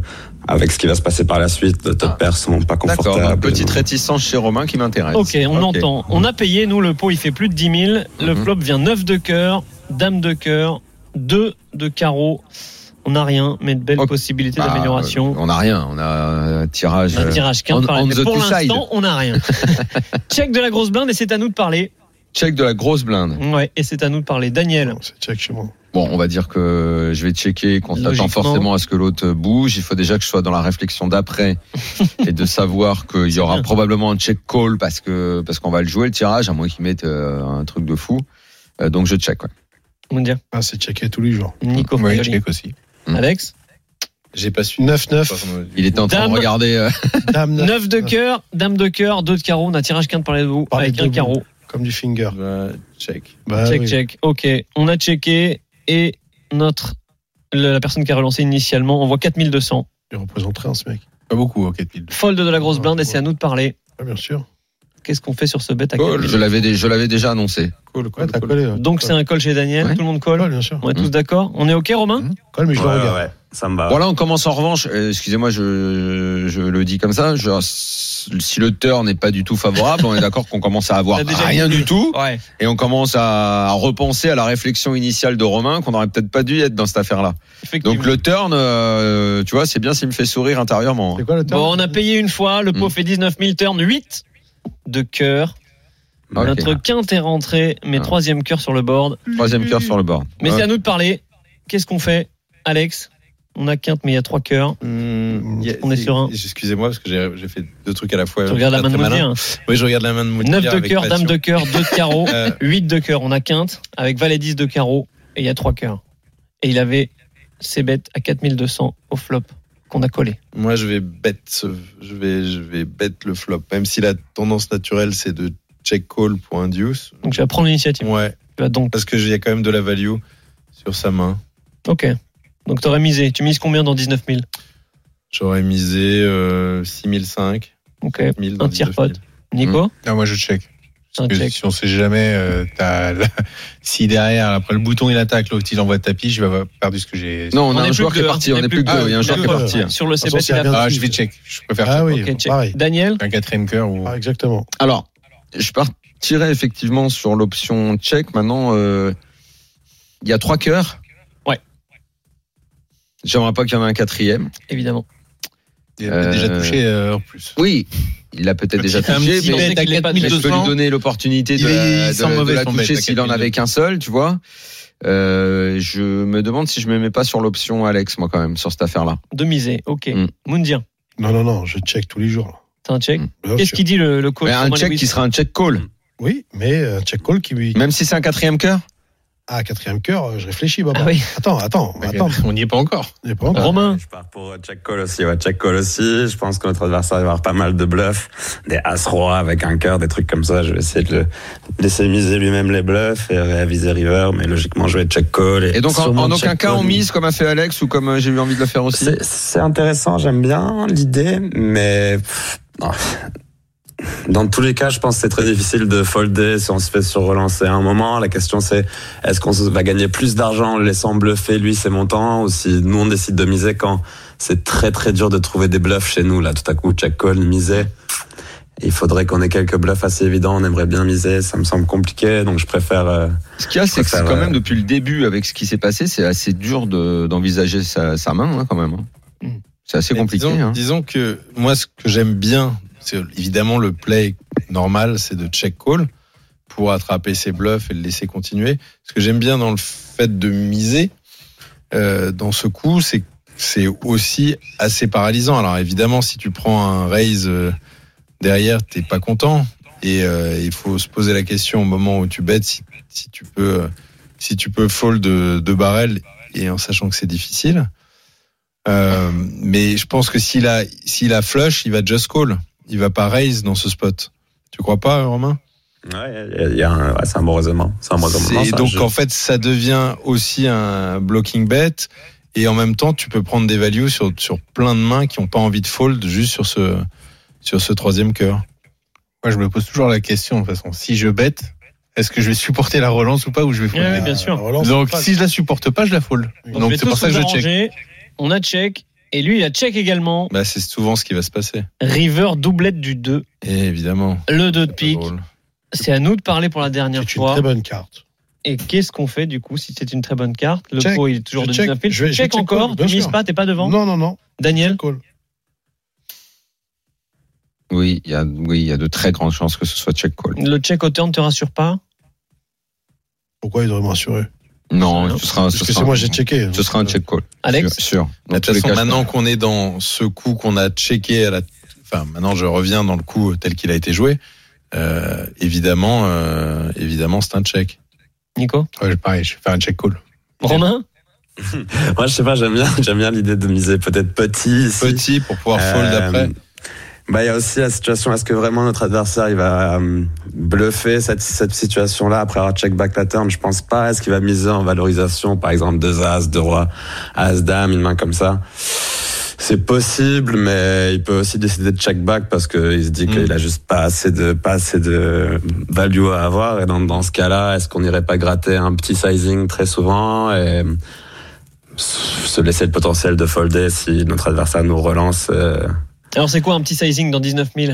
Speaker 4: avec ce qui va se passer par la suite, le top
Speaker 1: Ah.
Speaker 4: pair sont pas
Speaker 1: D'accord, donc
Speaker 4: confortables.
Speaker 1: petite réticence chez Romain qui m'intéresse.
Speaker 8: Ok, on entend. On a payé, nous, le pot, il fait plus de 10 000. Le
Speaker 1: Mhm.
Speaker 8: flop vient 9 de cœur, dame de cœur, 2 de carreau. On n'a rien, mais de belles
Speaker 1: Ok.
Speaker 8: possibilités
Speaker 1: Bah,
Speaker 8: d'amélioration.
Speaker 1: euh, on a rien, on a un tirage.
Speaker 8: un
Speaker 1: euh,
Speaker 8: tirage
Speaker 1: on-
Speaker 8: 15 par
Speaker 1: on
Speaker 8: mais
Speaker 1: the
Speaker 8: Pour
Speaker 1: two side.
Speaker 8: l'instant, on n'a
Speaker 1: [LAUGHS]
Speaker 8: rien. Check de la grosse blinde et c'est à nous de parler.
Speaker 1: euh, check de la grosse blinde.
Speaker 8: Ouais, et c'est à nous de parler. Daniel,
Speaker 2: Non, C'est check chez moi.
Speaker 1: Bon, on va dire que je vais checker, qu'on s'attend
Speaker 8: Logiquement.
Speaker 1: forcément à ce que l'autre bouge. Il faut déjà que je sois dans la réflexion
Speaker 8: [LAUGHS]
Speaker 1: d'après et de savoir qu'il y aura
Speaker 8: bien.
Speaker 1: probablement un check call parce que parce qu'on va le jouer le tirage, à moins qu'il mette euh, un truc de fou. Euh, donc je check. ouais.
Speaker 8: on dire
Speaker 2: Ah, c'est checké tous les jours.
Speaker 8: Nico
Speaker 5: Oui,
Speaker 8: Fagioli.
Speaker 5: check aussi.
Speaker 1: Mm.
Speaker 8: Alex
Speaker 3: J'ai pas su.
Speaker 2: 9-9.
Speaker 1: Il était en train
Speaker 8: Dame.
Speaker 1: de regarder. euh,
Speaker 2: Dame 9.
Speaker 8: 9 de cœur, dame de cœur, 2 de carreau. On a tirage 15 par les deux
Speaker 2: Par les
Speaker 8: avec
Speaker 2: deux
Speaker 8: un
Speaker 2: bouts.
Speaker 8: carreau.
Speaker 2: Comme du finger.
Speaker 3: Bah, check.
Speaker 2: Bah
Speaker 8: check,
Speaker 2: oui.
Speaker 8: check. Ok, on a checké et notre le- la personne qui a relancé initialement, on voit 4200.
Speaker 2: Il représente rien, ce mec.
Speaker 5: Pas beaucoup, hein, ok, Pile.
Speaker 8: Fold de la grosse blinde et c'est à nous de parler.
Speaker 2: Ah, bien sûr.
Speaker 8: Qu'est-ce qu'on fait sur ce bet à
Speaker 1: call.
Speaker 8: 4000?
Speaker 1: Je l'avais dé- je l'avais déjà annoncé.
Speaker 3: Cool,
Speaker 2: Ouais, t'as collé. ouais.
Speaker 8: Donc c'est un call chez Daniel,
Speaker 1: Ouais. Mm.
Speaker 8: tout le monde colle.
Speaker 2: Colle, bien sûr.
Speaker 8: On est
Speaker 1: Mhm.
Speaker 8: tous d'accord On est OK Romain
Speaker 2: Colle, mais je
Speaker 4: Ouais,
Speaker 2: le
Speaker 4: ouais,
Speaker 2: regarde.
Speaker 4: ouais, ça
Speaker 5: Ah.
Speaker 4: me va.
Speaker 1: Voilà, on commence en revanche. euh, Excusez-moi, je, je le dis comme ça. je- si le turn n'est pas du tout favorable, on est d'accord qu'on commence à
Speaker 8: [LAUGHS]
Speaker 1: avoir
Speaker 8: T'as déjà
Speaker 1: rien du tout
Speaker 8: Ouais.
Speaker 1: et on commence à, à repenser à la réflexion initiale de Romain qu'on aurait peut-être pas dû être dans cette affaire-là.
Speaker 8: Effectivement.
Speaker 1: Donc le turn, euh, tu vois, c'est bien s'il me fait sourire intérieurement. hein.
Speaker 2: C'est quoi le terme
Speaker 8: Bon, on a payé une fois, le pot
Speaker 1: Mhm.
Speaker 8: fait 19 000 turns, 8 de cœur.
Speaker 1: Ok.
Speaker 8: Notre quinte est rentrée, mais
Speaker 1: Ah.
Speaker 8: troisième cœur sur le board.
Speaker 1: Troisième cœur sur le Hein board.
Speaker 8: Mais
Speaker 1: Ouais.
Speaker 8: c'est à nous de parler. Qu'est-ce qu'on fait Alex, on a quinte, mais il y a trois cœurs.
Speaker 3: Hmm,
Speaker 8: On est sur un.
Speaker 3: Excusez-moi parce que j'ai- j'ai fait deux trucs à la fois.
Speaker 8: Tu regardes la
Speaker 3: Pas
Speaker 8: main de
Speaker 3: Euh, très malin.
Speaker 8: Mounir.
Speaker 3: Oui, je regarde la main de Mounir.
Speaker 8: 9 de
Speaker 3: avec
Speaker 8: cœur, dame
Speaker 3: passion.
Speaker 8: de cœur, 2
Speaker 3: [LAUGHS]
Speaker 8: de carreau,
Speaker 3: Euh,
Speaker 8: 8 de cœur. On a quinte avec valet 10 de carreau et il y a 3 cœurs. Et il avait ses bêtes à 4200 au flop qu'on a collé.
Speaker 3: Moi, je vais bet, ce- je vais, je vais bet le flop. Même si la tendance naturelle, c'est de check call pour un deuce.
Speaker 8: Donc je vais prendre l'initiative.
Speaker 3: Ouais,
Speaker 8: Tu vas donc.
Speaker 3: parce que j'ai- il y a quand même de la value sur sa main.
Speaker 8: Ok. Donc t'aurais misé. Tu mises combien dans 19 000
Speaker 3: J'aurais misé euh, 6005.
Speaker 8: Ok.
Speaker 3: 1000
Speaker 8: Un
Speaker 3: dans
Speaker 8: tiers
Speaker 3: 19 000.
Speaker 8: Nico
Speaker 1: Mm.
Speaker 5: Non, moi je check.
Speaker 8: Un
Speaker 5: Parce que
Speaker 8: check.
Speaker 5: Si on sait jamais, euh, t'as
Speaker 2: [LAUGHS]
Speaker 5: la- si derrière, après le bouton il attaque, l'autre il envoie tapis, je vais avoir perdu ce que j'ai.
Speaker 1: Non, on, a
Speaker 8: est
Speaker 1: un
Speaker 8: plus
Speaker 1: joueur
Speaker 8: que
Speaker 1: qui est
Speaker 8: deux,
Speaker 1: parti. On est plus que
Speaker 8: que
Speaker 1: deux. Il y a un
Speaker 8: deux.
Speaker 1: joueur qui est
Speaker 2: D'accord.
Speaker 1: parti. hein.
Speaker 8: Sur le
Speaker 2: toute
Speaker 8: CBA,
Speaker 2: façon,
Speaker 8: c'est
Speaker 2: c'est
Speaker 8: la-
Speaker 2: bien.
Speaker 5: Ah, je vais check. Je préfère
Speaker 2: Ah oui,
Speaker 8: Ok, check.
Speaker 2: pareil.
Speaker 8: Daniel
Speaker 5: un quatrième cœur ou.
Speaker 2: Ah, exactement.
Speaker 1: Alors, je partirais effectivement sur l'option check. Maintenant, euh, il y a trois cœurs.
Speaker 8: Ouais.
Speaker 1: J'aimerais pas qu'il y en ait un quatrième.
Speaker 8: Évidemment.
Speaker 5: Il a peut-être
Speaker 1: Euh,
Speaker 5: déjà touché euh, en plus.
Speaker 1: Oui, il l'a peut-être déjà
Speaker 5: Petit- un
Speaker 1: touché,
Speaker 5: petit
Speaker 1: mais,
Speaker 8: bête,
Speaker 5: bet à
Speaker 8: qu'il est pas-
Speaker 1: mais je peux
Speaker 5: 4200.
Speaker 1: lui donner l'opportunité de,
Speaker 5: Il est- il
Speaker 1: de-
Speaker 5: sent
Speaker 1: de
Speaker 5: mauvais
Speaker 1: la
Speaker 5: son bet
Speaker 1: toucher
Speaker 5: à
Speaker 1: s'il en
Speaker 5: 4200.
Speaker 1: avait qu'un seul, tu vois. Euh, je me demande si je me mets pas sur l'option Alex, moi quand même, sur cette affaire-là.
Speaker 8: De misée. Ok.
Speaker 1: Mm.
Speaker 8: Moundir,
Speaker 2: Non, non, non, je check tous les jours.
Speaker 8: t'as un check
Speaker 1: Mm.
Speaker 2: Bien
Speaker 8: Qu'est-ce
Speaker 2: sûr.
Speaker 8: qu'il dit le, le coach
Speaker 1: Mais un
Speaker 8: Roman
Speaker 1: check
Speaker 8: Lewis
Speaker 1: qui sera un check call,
Speaker 2: Oui, mais euh, check call qui lui.
Speaker 1: même si c'est un quatrième cœur.
Speaker 2: Ah, quatrième cœur, euh, je réfléchis, Baba.
Speaker 8: Ah oui.
Speaker 2: Attends, attends, attends.
Speaker 5: On n'y est pas encore.
Speaker 2: Il est pas encore.
Speaker 8: Romain,
Speaker 4: Je pars pour euh, check call aussi. Ouais, check call aussi. Je pense que notre adversaire va avoir pas mal de bluffs. Des As-Roi avec un cœur, des trucs comme ça. Je vais essayer de le laisser miser lui-même les bluffs et réaviser River. Mais logiquement, je vais check call.
Speaker 1: Et donc en,
Speaker 4: sûrement
Speaker 1: en aucun
Speaker 4: check
Speaker 1: cas on
Speaker 4: call.
Speaker 1: mise comme a fait Alex ou comme euh, j'ai eu envie de le faire aussi.
Speaker 4: C'est- C'est intéressant, j'aime bien l'idée, mais pff, non. dans tous les cas, je pense que c'est très difficile de folder si on se fait sur relancer à un moment. La question c'est est-ce qu'on se- va gagner plus d'argent en le laissant bluffer lui ses montants ou si nous on décide de miser quand c'est très très dur de trouver des bluffs chez nous là. Tout à coup, check call, miser. Il faudrait qu'on ait quelques bluffs assez évidents. On aimerait bien miser, ça me semble compliqué, donc je préfère. euh,
Speaker 1: Ce qu'il y a, c'est que
Speaker 4: crois
Speaker 1: c'est
Speaker 4: que ça
Speaker 1: quand
Speaker 4: va.
Speaker 1: même depuis le début, avec ce qui s'est passé, c'est assez dur de- d'envisager sa, sa main, hein, quand même. hein.
Speaker 8: Mm.
Speaker 1: C'est assez
Speaker 3: Hmm. Mais
Speaker 1: compliqué.
Speaker 3: Disons,
Speaker 1: hein.
Speaker 3: disons que moi, ce que j'aime bien, c'est évidemment le play normal, c'est de check call pour attraper ses bluffs et le laisser continuer. Ce que j'aime bien dans le fait de miser euh, dans ce coup, c'est que c'est aussi assez paralysant. Alors évidemment, si tu prends un raise euh, derrière, t'es pas content. Et euh, il faut se poser la question au moment où tu bêtes si, si tu peux euh, si tu peux fold de, de barrel et en sachant que c'est difficile. Euh, mais je pense que s'il a s'il a flush, il va just call. Il va pas raise dans ce spot. Tu crois pas, Romain
Speaker 4: ouais, il y a- il y a un- ouais, c'est un bon raisonnement. C'est un bon raisonnement,
Speaker 3: C'est-
Speaker 4: ça,
Speaker 3: Donc
Speaker 4: je-
Speaker 3: en fait, ça devient aussi un blocking bet. Et en même temps, tu peux prendre des values sur, sur plein de mains qui n'ont pas envie de fold juste sur ce, sur ce troisième cœur.
Speaker 5: Moi, je me pose toujours la question, de toute façon. Si je bête, est-ce que je vais supporter la relance ou pas, ou je vais
Speaker 8: Ouais,
Speaker 5: folder
Speaker 8: ouais, bien sûr.
Speaker 2: Ah, relance,
Speaker 5: Donc,
Speaker 2: pas-
Speaker 5: si je la supporte pas, je la fold.
Speaker 8: Donc,
Speaker 5: Donc,
Speaker 8: je vais
Speaker 5: c'est pour
Speaker 8: tous
Speaker 5: ça que
Speaker 8: nous
Speaker 5: je check.
Speaker 8: arranger. On a check. Et lui, il a check également.
Speaker 3: Bah, c'est souvent ce qui va se passer.
Speaker 8: River, doublette du 2.
Speaker 3: Et évidemment.
Speaker 8: Le 2
Speaker 3: pas
Speaker 8: de pique.
Speaker 3: drôle.
Speaker 8: C'est à nous de parler pour la dernière
Speaker 2: C'est une très
Speaker 8: fois.
Speaker 2: bonne carte.
Speaker 8: Et qu'est-ce qu'on fait du coup si c'est une très bonne carte Le
Speaker 2: Check.
Speaker 8: pro, il est toujours
Speaker 2: Je
Speaker 8: de
Speaker 2: check.
Speaker 8: 19 piles.
Speaker 2: Je vais- je
Speaker 8: check
Speaker 2: check
Speaker 8: encore,
Speaker 2: call,
Speaker 8: tu
Speaker 2: bien
Speaker 8: mises
Speaker 2: sûr.
Speaker 8: pas, t'es pas devant.
Speaker 2: Non, non, non.
Speaker 8: Daniel,
Speaker 2: Call.
Speaker 1: Oui, il y a, oui, il y a de très grandes chances que ce soit check call.
Speaker 8: le check au turn te rassure pas
Speaker 2: Pourquoi il devrait me rassurer
Speaker 5: Ah,
Speaker 1: Non, ce sera, ce
Speaker 2: Parce que
Speaker 1: sera-
Speaker 2: c'est moi, j'ai checké.
Speaker 1: ce sera un check call.
Speaker 8: Alex
Speaker 1: sûr. sûr. Dans
Speaker 3: De
Speaker 1: tous
Speaker 3: toute
Speaker 1: les
Speaker 3: façon,
Speaker 1: cas, je-
Speaker 3: maintenant qu'on est dans ce coup qu'on a checké à la, enfin, maintenant je reviens dans le coup tel qu'il a été joué. Euh, évidemment, euh, évidemment, c'est un check.
Speaker 8: Nico
Speaker 5: Ouais, pareil, je vais faire un check call.
Speaker 8: Romain
Speaker 4: Moi, je sais pas, j'aime bien, [LAUGHS] j'aime bien l'idée de miser peut-être petit. ici.
Speaker 3: Petit pour pouvoir fold
Speaker 4: Euh,
Speaker 3: après.
Speaker 4: Bah, il y a aussi la situation, est-ce que vraiment notre adversaire, il va euh, bluffer cette, cette situation-là après avoir check back la turn Je pense pas. Est-ce qu'il va miser en valorisation, par exemple, deux as, deux rois, as, dame, une main comme ça c'est possible, mais il peut aussi décider de check back parce qu'il se dit qu'il
Speaker 3: Mm.
Speaker 4: a juste pas assez de pas assez de value à avoir. Et dans, dans ce cas-là, est-ce qu'on irait pas gratter un petit sizing très souvent et se laisser le potentiel de folder si notre adversaire nous relance euh,
Speaker 8: Alors c'est quoi un petit sizing dans 19 000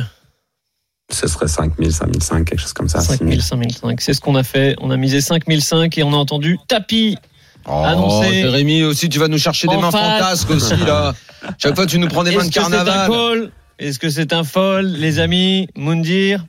Speaker 4: ce serait 5000, 5005, quelque chose comme ça.
Speaker 8: 5000, 5005. C'est ce qu'on a fait. On a misé 5005 et on a entendu tapis.
Speaker 1: Oh,
Speaker 8: annoncé.
Speaker 1: Jérémy aussi, tu vas nous chercher
Speaker 8: En
Speaker 1: des mains
Speaker 8: face.
Speaker 1: fantasques aussi
Speaker 8: [LAUGHS]
Speaker 1: là. Chaque fois, tu nous prends des mains
Speaker 8: Est-ce
Speaker 1: de
Speaker 8: que c'est un
Speaker 1: carnaval.
Speaker 8: call Est-ce que c'est un fold Les amis, Moundir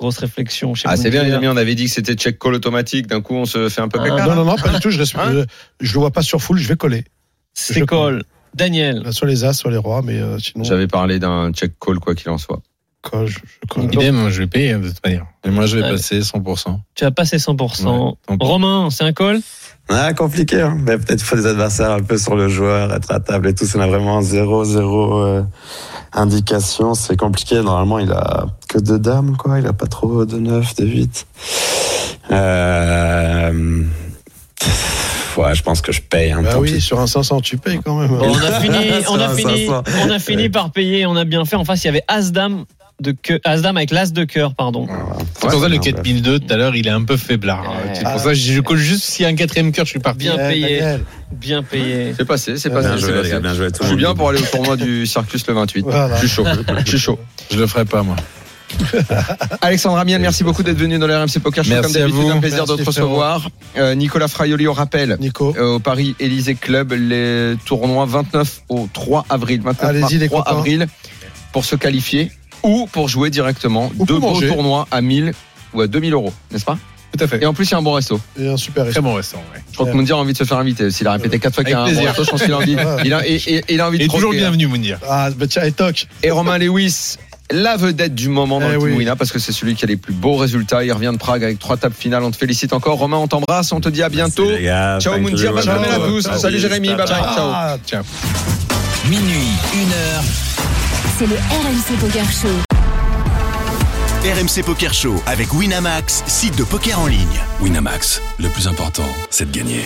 Speaker 8: Grosse réflexion chez
Speaker 1: Ah, c'est
Speaker 8: Moundir.
Speaker 1: bien les amis, on avait dit que c'était check call automatique. D'un coup, on se fait un peu
Speaker 8: Ah,
Speaker 1: caca.
Speaker 2: Non, non, non, pas du tout. Je, reste-
Speaker 1: Hein
Speaker 2: je, je le vois pas sur full, je vais coller.
Speaker 8: C'est
Speaker 2: Je
Speaker 8: call. Daniel,
Speaker 2: Là, soit les as, soit les rois, mais euh, sinon,
Speaker 1: J'avais parlé d'un check call quoi qu'il en soit.
Speaker 2: colle, je, je colle.
Speaker 5: Idem, je vais payer, hein, de toute manière.
Speaker 3: Et moi, je vais
Speaker 8: Allez.
Speaker 3: passer 100%.
Speaker 8: tu as passé 100%.
Speaker 3: tant pis.
Speaker 8: Romain, c'est un call
Speaker 4: Ah, compliqué, hein. mais peut-être il faut des adversaires un peu sur le joueur, être à table et tout. Ça n'a vraiment zéro, zéro euh, indication. C'est compliqué. Normalement, il a que deux dames, quoi. Il a pas trop de 9, de 8. Euh... Ouais, je pense que je paye. Hein,
Speaker 2: Bah
Speaker 4: tant
Speaker 2: oui,
Speaker 4: pis.
Speaker 2: sur un 500, tu payes quand même.
Speaker 8: Bon, on a fini,
Speaker 4: Ça
Speaker 8: on a
Speaker 4: va,
Speaker 8: fini,
Speaker 4: ça va.
Speaker 8: on a fini
Speaker 4: Ouais.
Speaker 8: par payer, on a bien fait. En face, il y avait As-Dame, de cœur, As-Dame avec l'As de cœur, pardon.
Speaker 5: C'est pour ça le 4002 tout à l'heure, il est un peu
Speaker 3: Ah,
Speaker 5: faiblard.
Speaker 8: Ouais.
Speaker 5: C'est pour ça que je colle juste s'il y a un quatrième cœur, je suis parti.
Speaker 8: Bien payé,
Speaker 2: Daniel.
Speaker 8: bien payé.
Speaker 1: C'est passé, c'est
Speaker 4: Bien
Speaker 1: passé. c'est
Speaker 4: joué, les
Speaker 1: passé.
Speaker 4: gars, bien joué. tout
Speaker 1: Je
Speaker 4: le
Speaker 1: suis
Speaker 4: monde.
Speaker 1: bien pour aller au tournoi du Circus le 28.
Speaker 2: Voilà.
Speaker 1: Je suis chaud. Je suis chaud.
Speaker 3: Je le ferai pas, moi.
Speaker 1: Alexandre Amiel, merci beaucoup d'être venu dans le RMC Poker Show.
Speaker 3: Merci
Speaker 1: Comme
Speaker 3: à
Speaker 1: d'habitude,
Speaker 3: vous.
Speaker 1: un plaisir
Speaker 2: Merci,
Speaker 1: de te recevoir. Euh, Nicolas Fraioli, au rappel,
Speaker 2: Nico.
Speaker 1: euh, au Paris Élysée Club, les tournois 29 au 3 avril. 29
Speaker 2: Allez-y, les
Speaker 1: 3
Speaker 2: copains.
Speaker 1: avril pour se qualifier ou pour jouer directement
Speaker 2: Ou
Speaker 1: deux
Speaker 2: pour
Speaker 1: beaux
Speaker 2: manger.
Speaker 1: tournois à 1000 ou à 2000 euros, n'est-ce pas
Speaker 5: Tout à fait.
Speaker 1: Et en plus, il y a un bon resto.
Speaker 2: Et un super
Speaker 5: Très
Speaker 2: respect.
Speaker 5: bon restaurant. ouais.
Speaker 1: Je crois que Moundir a envie de se faire inviter. S'il a répété quatre fois qu'il y a un
Speaker 5: Avec
Speaker 1: bon
Speaker 5: plaisir.
Speaker 1: resto, je pense qu'il a envie. Il a, et, et- il a envie
Speaker 5: Et
Speaker 1: de
Speaker 5: toujours le
Speaker 1: croquer.
Speaker 5: bienvenu, Mounir.
Speaker 2: Ah, bah tiens, et toc.
Speaker 1: Et Romain Lewis, la vedette du moment dans
Speaker 2: Eh
Speaker 1: le
Speaker 2: oui.
Speaker 1: Team Wina, parce que c'est celui qui a les plus beaux résultats. Il revient de Prague avec trois tables finales. On te félicite encore. Romain, on t'embrasse. On te dit à bientôt.
Speaker 4: Merci, les gars.
Speaker 1: Ciao,
Speaker 4: Thank you,
Speaker 1: Moundir. Bonne
Speaker 4: everyone.
Speaker 1: journée à tous.
Speaker 4: Ciao.
Speaker 1: Salut, Jérémy. Bye bye. Ciao.
Speaker 2: Ah,
Speaker 6: Minuit, 1h,
Speaker 7: C'est le RMC Poker Show.
Speaker 9: RMC Poker Show avec Winamax, site de poker en ligne.
Speaker 10: Winamax, le plus important, c'est de gagner.